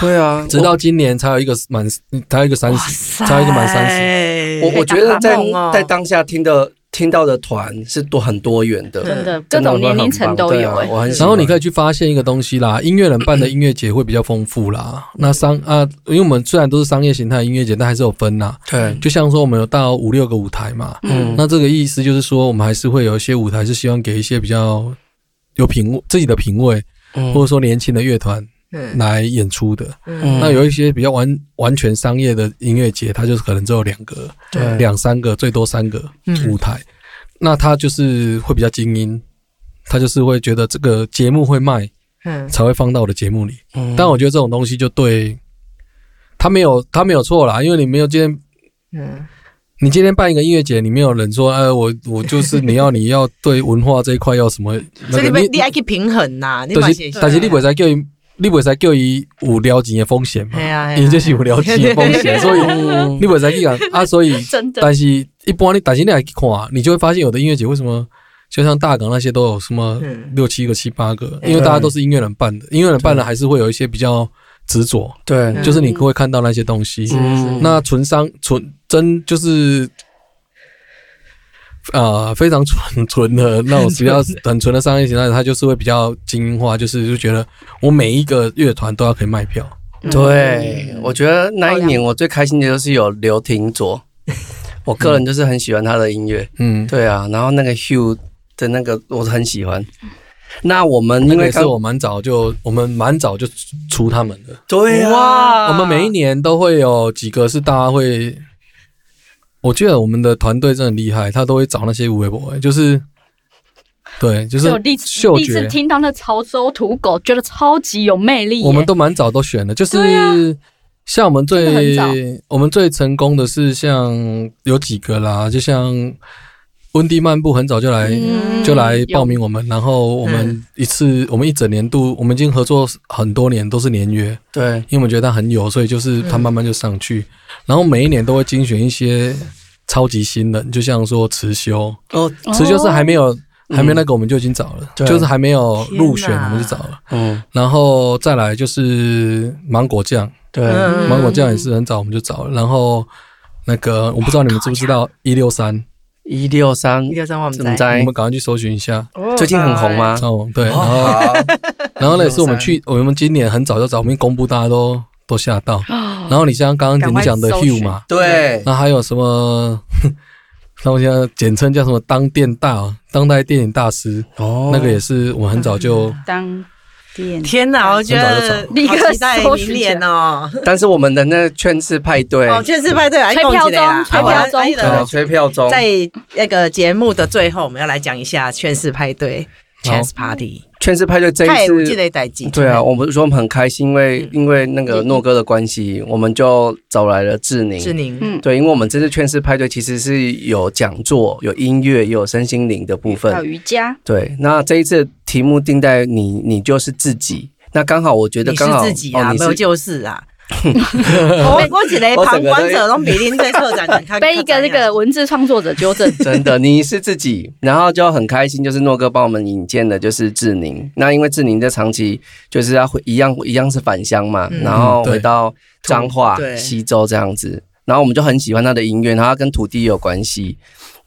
Speaker 1: 对啊，
Speaker 4: 直到今年才有一个满，才有一个三十，
Speaker 2: 塞
Speaker 4: 差一个满三
Speaker 3: 哎
Speaker 2: 十
Speaker 1: 我我觉得在
Speaker 2: 好猛哦
Speaker 1: 在当下听的听到的团是多很多元的，
Speaker 3: 真的各
Speaker 1: 真的
Speaker 3: 种
Speaker 1: 会
Speaker 3: 年龄
Speaker 1: 很
Speaker 3: 层
Speaker 1: 棒
Speaker 3: 都
Speaker 1: 对
Speaker 3: 有
Speaker 1: 啊
Speaker 3: 哎、
Speaker 1: 我很喜
Speaker 4: 然后你
Speaker 1: 欢
Speaker 4: 可以去发现一个东西啦，音乐人办的音乐节会比较丰富啦。那商啊，因为我们虽然都是商业形态的音乐节，但还是有分啦。
Speaker 1: 对，
Speaker 4: 就像说我们有到五六个舞台嘛，
Speaker 1: 嗯
Speaker 4: 那这个意思就是说，我们还是会有一些舞台是希望给一些比较有品味自己的品味，
Speaker 1: 嗯
Speaker 4: 或者说年轻的乐团
Speaker 2: 嗯
Speaker 4: 来演出的。
Speaker 1: 嗯
Speaker 4: 那有一些比较完完全商业的音乐节，它就是可能只有两个、
Speaker 1: 对
Speaker 4: 两三个，最多三个
Speaker 2: 嗯
Speaker 4: 舞台。那它就是会比较精英，它就是会觉得这个节目会卖，
Speaker 2: 嗯
Speaker 4: 才会放到我的节目里。
Speaker 1: 嗯
Speaker 4: 但我觉得这种东西就对，他没有他没有错啦，因为你没有今天
Speaker 2: 嗯，
Speaker 4: 你今天办一个音乐节，你没有人说，呃，我我就是你要你要对文化这一块要什么
Speaker 2: 所
Speaker 4: 那
Speaker 2: 以你
Speaker 4: 个
Speaker 2: 们你还可以平衡呐，你
Speaker 4: 但
Speaker 2: 嘛
Speaker 4: 是但是你不
Speaker 2: 会，
Speaker 4: 使叫伊，你不使叫伊有了钱的风险嘛
Speaker 2: 哎，呀，
Speaker 4: 因为这是有了钱的风险，所以
Speaker 1: 嗯
Speaker 4: 你不使去讲啊，所以
Speaker 3: 真的
Speaker 4: 但是一般你但是你来去看，你就会发现有的音乐节为什么就像大港那些都有什 么
Speaker 2: 嗯
Speaker 4: 六七个、七八个，
Speaker 2: 嗯
Speaker 4: 因为大家都是音乐人办的，音乐人办的还是会有一些比较执着，
Speaker 1: 对
Speaker 2: 嗯
Speaker 4: 就是你会看到那些东西。
Speaker 1: 嗯
Speaker 4: 那纯商纯真就是。呃，非常纯纯的那种比较很纯的商业形态，它就是会比较精英化，就是就觉得我每一个乐团都要可以卖票。
Speaker 3: 嗯
Speaker 1: 对，我觉得那一
Speaker 3: 漂
Speaker 1: 年我最开心的就是有刘廷卓，我个人就是很喜欢他的音乐，
Speaker 4: 嗯，
Speaker 1: 对啊，然后那个 Hugh 的那个我是很喜欢。那我们
Speaker 4: 那
Speaker 1: 因
Speaker 4: 个
Speaker 1: 为
Speaker 4: 也是
Speaker 1: 刚
Speaker 4: 我蛮早就我们蛮早就出他们的，
Speaker 1: 对啊，
Speaker 4: 我们每一年都会有几个是大家会，我觉得我们的团队真的很厉害，他都会找那些微博，哎就是对，就是
Speaker 3: 就第一次
Speaker 4: 嗅
Speaker 3: 第一次
Speaker 4: 觉，
Speaker 3: 听到那潮州土狗，觉得超级有魅力耶。
Speaker 4: 我们都蛮早都选的，就是
Speaker 3: 啊
Speaker 4: 像我们
Speaker 3: 真的
Speaker 4: 最我们最成功的是像有几个啦，就像温蒂漫步很早就来
Speaker 3: 嗯
Speaker 4: 就来报名我们，然后我们一次我们一整年度，我们已经合作很多年都是年约，
Speaker 1: 对
Speaker 4: 因为我们觉得它很有，所以就是它慢慢就上去。然后每一年都会精选一些超级新人，就像说辞修，
Speaker 1: 哦，
Speaker 3: 有
Speaker 4: 辞修是还没有、
Speaker 1: 嗯
Speaker 4: 还没那个，我们就已经找了，
Speaker 1: 对
Speaker 4: 就是还没有入选，
Speaker 2: 天哪
Speaker 4: 我们就找了。
Speaker 1: 嗯，
Speaker 4: 然后再来就是芒果酱，
Speaker 1: 对，
Speaker 2: 嗯
Speaker 4: 芒果酱也是很早我们就找了。然后那个我不知道你们知不知道一六三，
Speaker 1: 一六三
Speaker 2: 一，个三万
Speaker 1: 怎么
Speaker 2: 不在，
Speaker 4: 你
Speaker 1: 在
Speaker 4: 们？赶快去搜寻一下。
Speaker 1: 最近很红？吗？
Speaker 4: 哦，对，然后 然后呢，也是我们去，我们今年很早就找，我们公布大家都都吓到。然后你像刚刚你讲的
Speaker 3: 赶快搜寻
Speaker 4: Hugh 嘛，
Speaker 1: 对，
Speaker 4: 那还有什么？ 他们现在简称叫什么？当电大，当代电影大师，
Speaker 1: 哦
Speaker 4: 那个也是我们很早就
Speaker 3: 当店
Speaker 2: 天
Speaker 1: 哎
Speaker 2: 哪，我觉
Speaker 4: 很早就
Speaker 2: 得
Speaker 4: 找
Speaker 2: 好
Speaker 3: 立刻
Speaker 2: 期待
Speaker 3: 搜
Speaker 2: 明
Speaker 3: 寻
Speaker 2: 年
Speaker 3: 起
Speaker 2: 哦。
Speaker 1: 但是我们的那劝世派对，
Speaker 2: 哦，确实派对啊，
Speaker 3: 吹
Speaker 2: 还讲
Speaker 3: 票
Speaker 2: 一个啦
Speaker 3: 中
Speaker 2: 好啊
Speaker 3: 吹票中
Speaker 2: 啊一个
Speaker 1: 对吹票中，
Speaker 2: 在那个节目的最后，我们要来讲一下劝世派对 （Chance Party）。
Speaker 1: 劝世派对这
Speaker 2: 太有
Speaker 1: 一
Speaker 2: 记
Speaker 1: 次。
Speaker 2: 得代际。
Speaker 1: 对啊，，我们说我们很开心，因为因为那个
Speaker 3: 嗯
Speaker 1: 诺哥的关系，我们就找来了志宁。
Speaker 2: 是您。
Speaker 3: 嗯
Speaker 1: 对，因为我们这次劝世派对其实是有讲座、有音乐、也有身心灵的部分
Speaker 3: 还有。瑜伽，
Speaker 1: 对，那这一次的题目定在你，你就是自己。那刚好，我觉得
Speaker 2: 你是
Speaker 1: 刚好
Speaker 2: 自己啊，
Speaker 1: 哦、你
Speaker 2: 没有
Speaker 1: 是
Speaker 2: 就是 啊。我我一个旁观者拢比您对策展 人较
Speaker 3: 被一个那个文字创作者纠正。
Speaker 1: 真的，你是自己，然后就很开心，就是诺哥帮我们引荐的，就是志宁。那因为志宁在长期就是要回一样一样是返乡嘛，
Speaker 2: 嗯
Speaker 1: 然后
Speaker 4: 对
Speaker 1: 回到彰化
Speaker 2: 土对、
Speaker 1: 西周这样子，然后我们就很喜欢他的音乐，然后他跟土地也有关系。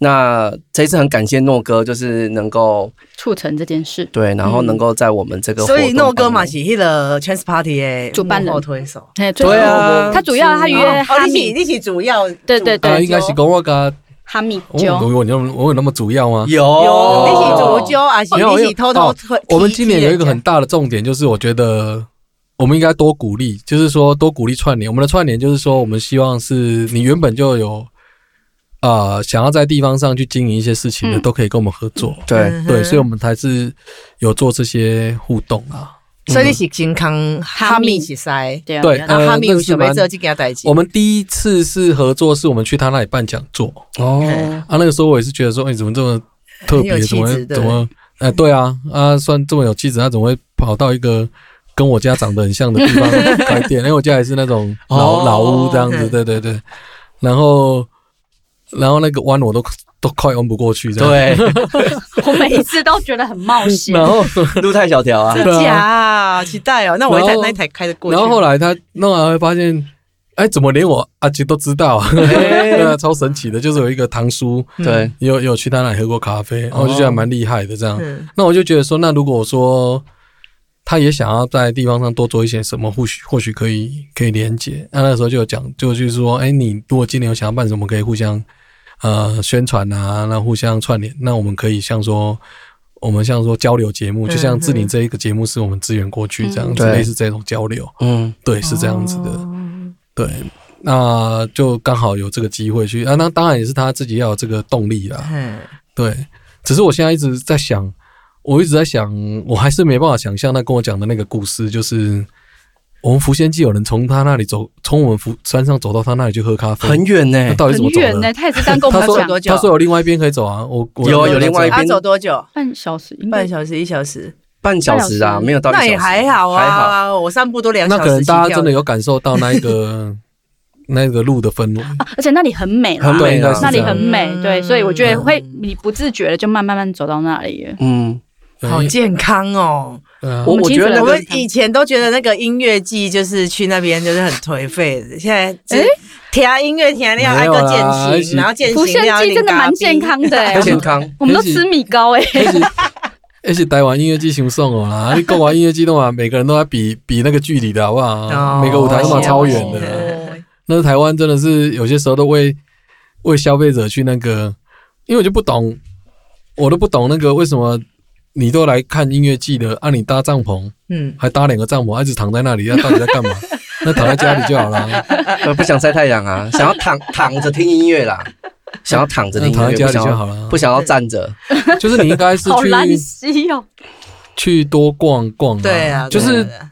Speaker 1: 那这一次很感谢诺哥，就是能够
Speaker 3: 促成这件事。
Speaker 1: 对，然后能够在我们这个活动
Speaker 2: 嗯所
Speaker 1: 当中，
Speaker 2: 以诺哥嘛是迄个 Chance Party 的
Speaker 3: 主办人
Speaker 2: 幕后推手。
Speaker 3: 哎，最
Speaker 1: 对
Speaker 3: 后
Speaker 1: 啊，
Speaker 3: 他主要他约
Speaker 2: 哦哦
Speaker 3: 哈
Speaker 2: 你是
Speaker 3: 密
Speaker 2: 你是主要，
Speaker 3: 对对对
Speaker 4: 啊，应该是跟我噶，
Speaker 3: 哈密
Speaker 4: 我
Speaker 3: 酒，
Speaker 4: 哦我有那么我有那么主要吗？
Speaker 1: 有
Speaker 2: 有你是
Speaker 3: 哦
Speaker 2: 主揪，还是
Speaker 4: 没有
Speaker 2: 你是偷偷
Speaker 4: 哦
Speaker 2: 推？
Speaker 4: 我们今年有一个很大的重点，就是我觉得我们应该多鼓励，就是说多鼓励串联。我们的串联就是说，我们希望是你原本就有啊、呃想要在地方上去经营一些事情的，
Speaker 3: 嗯
Speaker 4: 都可以跟我们合作。
Speaker 1: 对
Speaker 2: 嗯哼
Speaker 4: 对，所以我们才是有做这些互动啊。
Speaker 2: 所以你是健康哈密是塞，
Speaker 3: 对啊
Speaker 4: 对
Speaker 3: 对啊
Speaker 2: 那
Speaker 4: 呃
Speaker 2: 哈密有准备
Speaker 4: 那是
Speaker 2: 做
Speaker 4: 蛮
Speaker 2: 这件代志
Speaker 4: 我。们第一次是合作，是我们去他那里办讲座
Speaker 1: 哦，
Speaker 4: 啊。那个时候我也是觉得说，哎、怎么这么特
Speaker 2: 很有
Speaker 4: 别？
Speaker 2: 气
Speaker 4: 怎么呃
Speaker 2: 质
Speaker 4: 会
Speaker 2: 对
Speaker 4: 怎么？哎、对啊，啊，算这么有气质，他怎么会跑到一个跟我家长得很像的地方开店，因为我家也是那种老、
Speaker 1: 哦
Speaker 4: 老屋这样子，对对对。然后，然后那个弯我都都快弯不过去，这 样。
Speaker 1: 对，
Speaker 3: 我每一次都觉得很冒险。
Speaker 4: 然后，
Speaker 1: 路太小条啊，
Speaker 2: 真假啊？期待哦！那我一台
Speaker 4: 然后
Speaker 2: 那一台开得过去。
Speaker 4: 然后后来他弄完会发现，哎，怎么连我阿杰都知道啊？ 对啊，超神奇的，就是有一个堂叔，
Speaker 2: 嗯
Speaker 1: 对，
Speaker 4: 有有去他那里喝过咖啡，然后我就觉得蛮厉害的这样。
Speaker 2: 嗯
Speaker 4: 那我就觉得说，那如果说他也想要在地方上多做一些什么，或许或许可以可以连接。那那时候就有讲，就就是说，哎，你如果今年有想要办什么，可以互相呃宣传啊，那互相串联。那我们可以像说，我们像说交流节目，就像志玲这一个节目是我们支援过去这样子，
Speaker 1: 对
Speaker 4: 类似这种交流，
Speaker 1: 嗯，
Speaker 4: 对，是这样子的。
Speaker 2: 哦
Speaker 4: 对，那就刚好有这个机会去啊，那当然也是他自己要有这个动力啦。
Speaker 2: 嗯
Speaker 4: 对，只是我现在一直在想，我一直在想，我还是没办法想象他跟我讲的那个故事，就是我们福仙记有人从他那里走，从我们福山上走到他那里去喝咖啡，
Speaker 1: 很远呢
Speaker 4: 那，到底怎
Speaker 3: 很
Speaker 4: 么走
Speaker 3: 远呢、
Speaker 4: 的？
Speaker 3: 他也是这样跟我
Speaker 4: 他
Speaker 3: 们讲，
Speaker 4: 说
Speaker 2: 久
Speaker 4: 他说有另外一边可以走啊，我我
Speaker 1: 有有另外一边
Speaker 2: 啊，走多久？
Speaker 3: 半小时，应该
Speaker 2: 半小时、一小时，
Speaker 1: 半小时啊，
Speaker 3: 半小时
Speaker 1: 没有到一小
Speaker 2: 那
Speaker 1: 时，
Speaker 2: 也还好
Speaker 1: 还好，
Speaker 2: 啊。我散步都两
Speaker 4: 那
Speaker 2: 小时。
Speaker 4: 可能大家真的有感受到那 一个那个路的氛围，
Speaker 3: 而且那里很美啦，
Speaker 1: 很美
Speaker 4: 对应该
Speaker 1: 啊
Speaker 4: 是这
Speaker 3: 啊
Speaker 4: 样
Speaker 3: 那里很美，
Speaker 2: 嗯
Speaker 3: 对，所以我觉得会你不自觉的就慢慢慢走到那里了。
Speaker 1: 嗯，
Speaker 4: 对
Speaker 2: 好健康哦！
Speaker 4: 对啊
Speaker 1: 我
Speaker 3: 们
Speaker 1: 我
Speaker 3: 其实
Speaker 1: 觉得那
Speaker 2: 我
Speaker 1: 个
Speaker 2: 们以前都觉得那个音乐季就是去那边就是很颓废的，现在就是听音乐听料挨
Speaker 4: 没有啊
Speaker 2: 个
Speaker 4: 啦
Speaker 2: 践
Speaker 4: 而
Speaker 2: 行，
Speaker 4: 且
Speaker 2: 然后践
Speaker 3: 福
Speaker 2: 行
Speaker 3: 仙
Speaker 2: 料
Speaker 3: 鸡真的蛮健，康的、
Speaker 1: 很健
Speaker 3: 欸，
Speaker 1: 康，
Speaker 3: 我们都吃米糕哎、欸，
Speaker 4: 而且而且台湾音乐季行送我啦， 你够玩音乐季的话，每个人都在比比那个距离的好不好？
Speaker 2: 哦
Speaker 4: 每个舞台都嘛超远
Speaker 2: 是啊
Speaker 4: 的。
Speaker 2: 的
Speaker 4: 那台湾真的是有些时候都为为消费者去那个，因为我就不懂，我都不懂那个为什么你都来看音乐季的，啊按、你搭帐篷
Speaker 2: 嗯，
Speaker 4: 还搭两个帐篷，还一直躺在那里，那啊到底在 干嘛？那躺在家里就好啦，
Speaker 1: 呃不想晒太阳 啊，想要躺躺着听音乐啦，想要躺着
Speaker 4: 那
Speaker 1: 听音
Speaker 2: 啊
Speaker 4: 躺在
Speaker 1: 乐，
Speaker 4: 家
Speaker 1: 不想
Speaker 4: 里就好
Speaker 1: 要
Speaker 4: 了
Speaker 1: 不。想要站着，
Speaker 4: 就是你应该是
Speaker 3: 好
Speaker 4: 去
Speaker 3: 难吸哦、
Speaker 4: 去多逛逛、啊，
Speaker 2: 对啊，
Speaker 4: 就是
Speaker 2: 对啊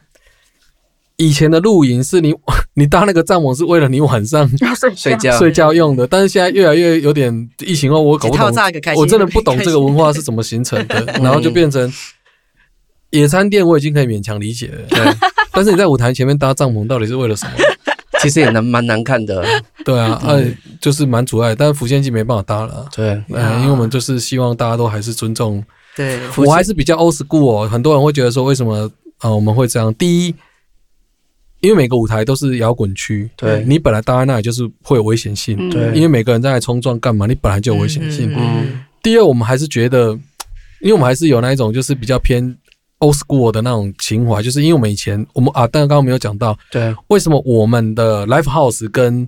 Speaker 4: 以前的露营是你 你搭那个帐篷是为了你晚上
Speaker 1: 睡觉，
Speaker 4: 睡觉用的，但是现在越来越有点疫情后，我搞不
Speaker 2: 套
Speaker 4: 懂
Speaker 2: 炸个开心嗯
Speaker 4: 我真的不懂这个文化是怎么形成 的，然后就变成野餐店，我已经可以勉强理解了。 对，但是你在舞台前面搭帐篷到底是为了什么？
Speaker 1: 其实也难蛮难看的，
Speaker 4: 对啊，呃，就是蛮阻碍，但是福建记没办法搭了啊。
Speaker 1: 对，
Speaker 4: 呃，因为我们就是希望大家都还是尊重，
Speaker 2: 对
Speaker 1: 福建
Speaker 4: 我还是比较 old school 哦。很多人会觉得说，为什么呃我们会这样？第一，因为每个舞台都是摇滚区，
Speaker 1: 对
Speaker 4: 你本来搭在那里就是会有危险性，
Speaker 3: 嗯
Speaker 1: 对
Speaker 4: 因为每个人在那里冲撞干嘛，你本来就有危险性。
Speaker 1: 嗯，
Speaker 4: 第二，我们还是觉得，因为我们还是有那一种就是比较偏 old school 的那种情怀，就是因为我们以前我们啊，但刚刚没有讲到
Speaker 1: 对，
Speaker 4: 为什么我们的 live house 跟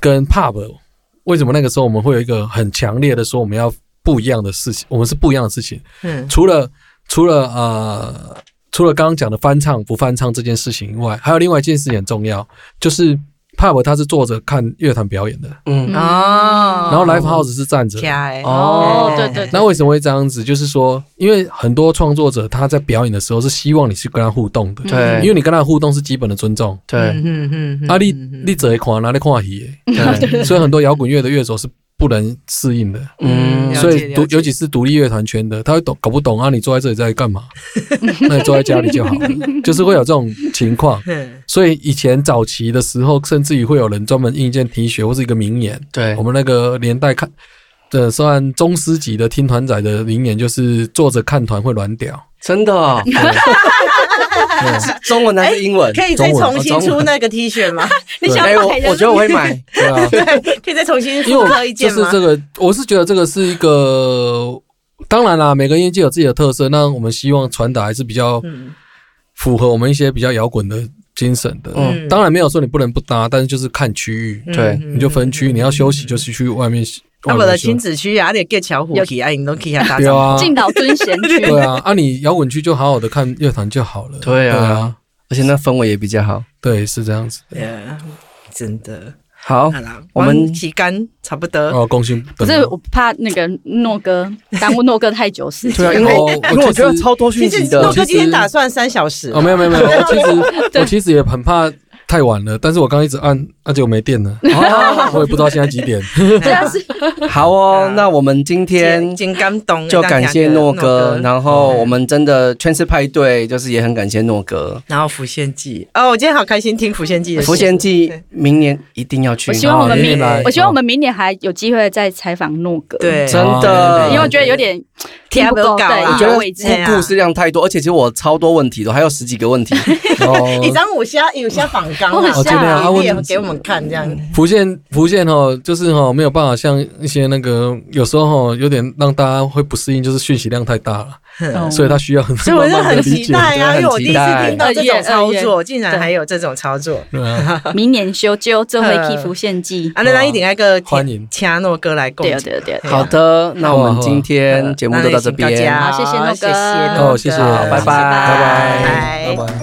Speaker 4: 跟 pub，为什么那个时候我们会有一个很强烈的说我们要不一样的事情，我们是不一样的事情，
Speaker 2: 嗯
Speaker 4: 除了除了呃。除了刚刚讲的翻唱不翻唱这件事情以外，还有另外一件事情很重要，就是 pub 它是坐着看乐团表演的，
Speaker 1: 嗯，
Speaker 2: 哦，
Speaker 4: 然后 live house 是站着的，
Speaker 2: 起来
Speaker 3: 哦，对对对，
Speaker 4: 那为什么会这样子？就是说，因为很多创作者他在表演的时候是希望你去跟他互动的，
Speaker 1: 对，
Speaker 4: 因为你跟他的互动是基本的尊重。
Speaker 1: 对，
Speaker 2: 嗯嗯嗯
Speaker 4: 啊，你你只会看，哪里看戏
Speaker 1: 对，
Speaker 4: 的？所以很多摇滚乐的乐手是不能适应的，
Speaker 1: 嗯
Speaker 2: 了解
Speaker 4: 所以独
Speaker 2: 了解
Speaker 4: 尤其是独立乐团圈的，他会懂搞不懂啊，你坐在这里在 干嘛？那你坐在家里就好了，就是会有这种情况。
Speaker 2: 嗯
Speaker 4: 所以以前早期的时候，甚至于会有人专门印一件 T 恤或是一个名言，
Speaker 1: 对
Speaker 4: 我，们那个年代看的算宗师级的听团仔的名言就是坐着看团会 软屌，
Speaker 1: 真的哦，
Speaker 4: 对啊
Speaker 1: 中文还是英文？
Speaker 2: 哎可以再重新出那个 T 恤吗？
Speaker 3: 你想
Speaker 1: 哎，我
Speaker 3: 买的
Speaker 1: 我觉得我会买，
Speaker 4: 对啊，
Speaker 2: 可以再重 新
Speaker 4: 因为
Speaker 2: 复刻一
Speaker 4: 我就
Speaker 2: 件
Speaker 4: 是
Speaker 2: 吗？
Speaker 4: 这个，我是觉得这个是一个，当然啦，每个业界有自己的特色，那我们希望传达还是比较
Speaker 2: 嗯
Speaker 4: 符合我们一些比较摇滚的精神的。
Speaker 1: 嗯
Speaker 4: 当然没有说你不能不搭，但是就是看区域，
Speaker 2: 嗯
Speaker 1: 对
Speaker 4: 你就分区，你要休息就是去外面。
Speaker 2: 啊，
Speaker 4: 外
Speaker 2: 我
Speaker 4: 面
Speaker 2: 的
Speaker 4: 休息
Speaker 2: 亲子区啊，你也 get 巧虎去啊，你都去遐打
Speaker 4: 对
Speaker 2: 招呼。
Speaker 4: 啊，
Speaker 3: 进岛尊贤区，
Speaker 4: 对 啊，啊你摇滚区就好好的看乐团就好了。
Speaker 1: 对啊
Speaker 4: 对啊，
Speaker 1: 而且那氛围也比较好。
Speaker 4: 对，是这样子。
Speaker 2: Yeah，真的，
Speaker 1: 好
Speaker 2: 好，啦，
Speaker 1: 我们
Speaker 2: 期间差不多。
Speaker 4: 哦，公心
Speaker 3: 可
Speaker 4: 不
Speaker 3: 是我怕那个诺哥耽误诺哥太久时
Speaker 1: 对啊，
Speaker 3: 间。
Speaker 1: 因为
Speaker 4: 我
Speaker 1: 因为我觉得超多
Speaker 2: 其
Speaker 1: 讯
Speaker 2: 实
Speaker 1: 息
Speaker 2: 诺
Speaker 1: 的，
Speaker 2: 哥今天打算三小时，
Speaker 4: 哦，没有没有没有，我其实我其实也很怕太晚了，但是我刚刚一直按，按结果没电了，
Speaker 1: 哦
Speaker 4: 我 也不知道现在几点。
Speaker 3: 真的啊是
Speaker 1: 好哦，那我们今天
Speaker 2: 真真感动，
Speaker 1: 就感谢诺
Speaker 2: 诺
Speaker 1: 哥，然后我们真的圈次派对就是也很感谢诺哥。
Speaker 2: 然后《浮现记》哦，我今天好开心听《浮现记》的事。
Speaker 1: 浮现记
Speaker 2: 对
Speaker 1: 明年一定要去，
Speaker 3: 我希望我们
Speaker 4: 好
Speaker 3: 明
Speaker 4: 明年来
Speaker 3: 我希望我们明年还有机会再采访诺哥，，
Speaker 2: 对，
Speaker 1: 真
Speaker 4: 哦
Speaker 1: 的，
Speaker 3: 因为我觉得有点
Speaker 2: 听不
Speaker 3: 够，
Speaker 2: 够
Speaker 3: 对，
Speaker 2: 啊
Speaker 3: 意
Speaker 1: 我觉
Speaker 3: 犹
Speaker 1: 得
Speaker 3: 未
Speaker 2: 这
Speaker 3: 尽。
Speaker 2: 样
Speaker 1: 故故事量太多，而且其实我超多问题的，还有十几个问题。
Speaker 4: 哦
Speaker 2: 一张五下有下仿纲
Speaker 3: 我
Speaker 2: 啊，
Speaker 3: 很像啊
Speaker 2: 一定
Speaker 4: 他
Speaker 2: 也
Speaker 4: 问
Speaker 2: 给我们看这样。
Speaker 4: 浮现浮现哈，就是哈没有办法像一些那个有时候哈有点让大家会不适应，就是讯息量太大了，
Speaker 3: 哦
Speaker 4: 所以他需要很
Speaker 2: 所以我
Speaker 4: 慢
Speaker 2: 就
Speaker 4: 慢的
Speaker 2: 很
Speaker 4: 理
Speaker 2: 期
Speaker 4: 解。
Speaker 2: 待啊，因为我第
Speaker 1: 很期
Speaker 2: 一次
Speaker 1: 待
Speaker 2: 听到这
Speaker 3: 二
Speaker 2: 种
Speaker 3: 月
Speaker 2: 操
Speaker 3: 二
Speaker 2: 作，竟然还有这种操作
Speaker 4: 对啊，
Speaker 3: 明年修就这会
Speaker 2: 呃
Speaker 3: 去浮现记，
Speaker 2: 啊！那咱一定要个
Speaker 4: 欢迎
Speaker 2: 请诺哥来共
Speaker 3: 对啊
Speaker 2: 振
Speaker 3: 对对对，
Speaker 1: 好的，那我们今天节目就到这
Speaker 2: 啊那也
Speaker 1: 边
Speaker 2: 请大。家
Speaker 3: 好谢谢诺哥
Speaker 2: 谢谢诺哥，
Speaker 4: 哦，谢谢，
Speaker 1: 好拜拜
Speaker 4: 拜
Speaker 1: 拜
Speaker 4: 拜，
Speaker 2: 拜
Speaker 4: 拜拜。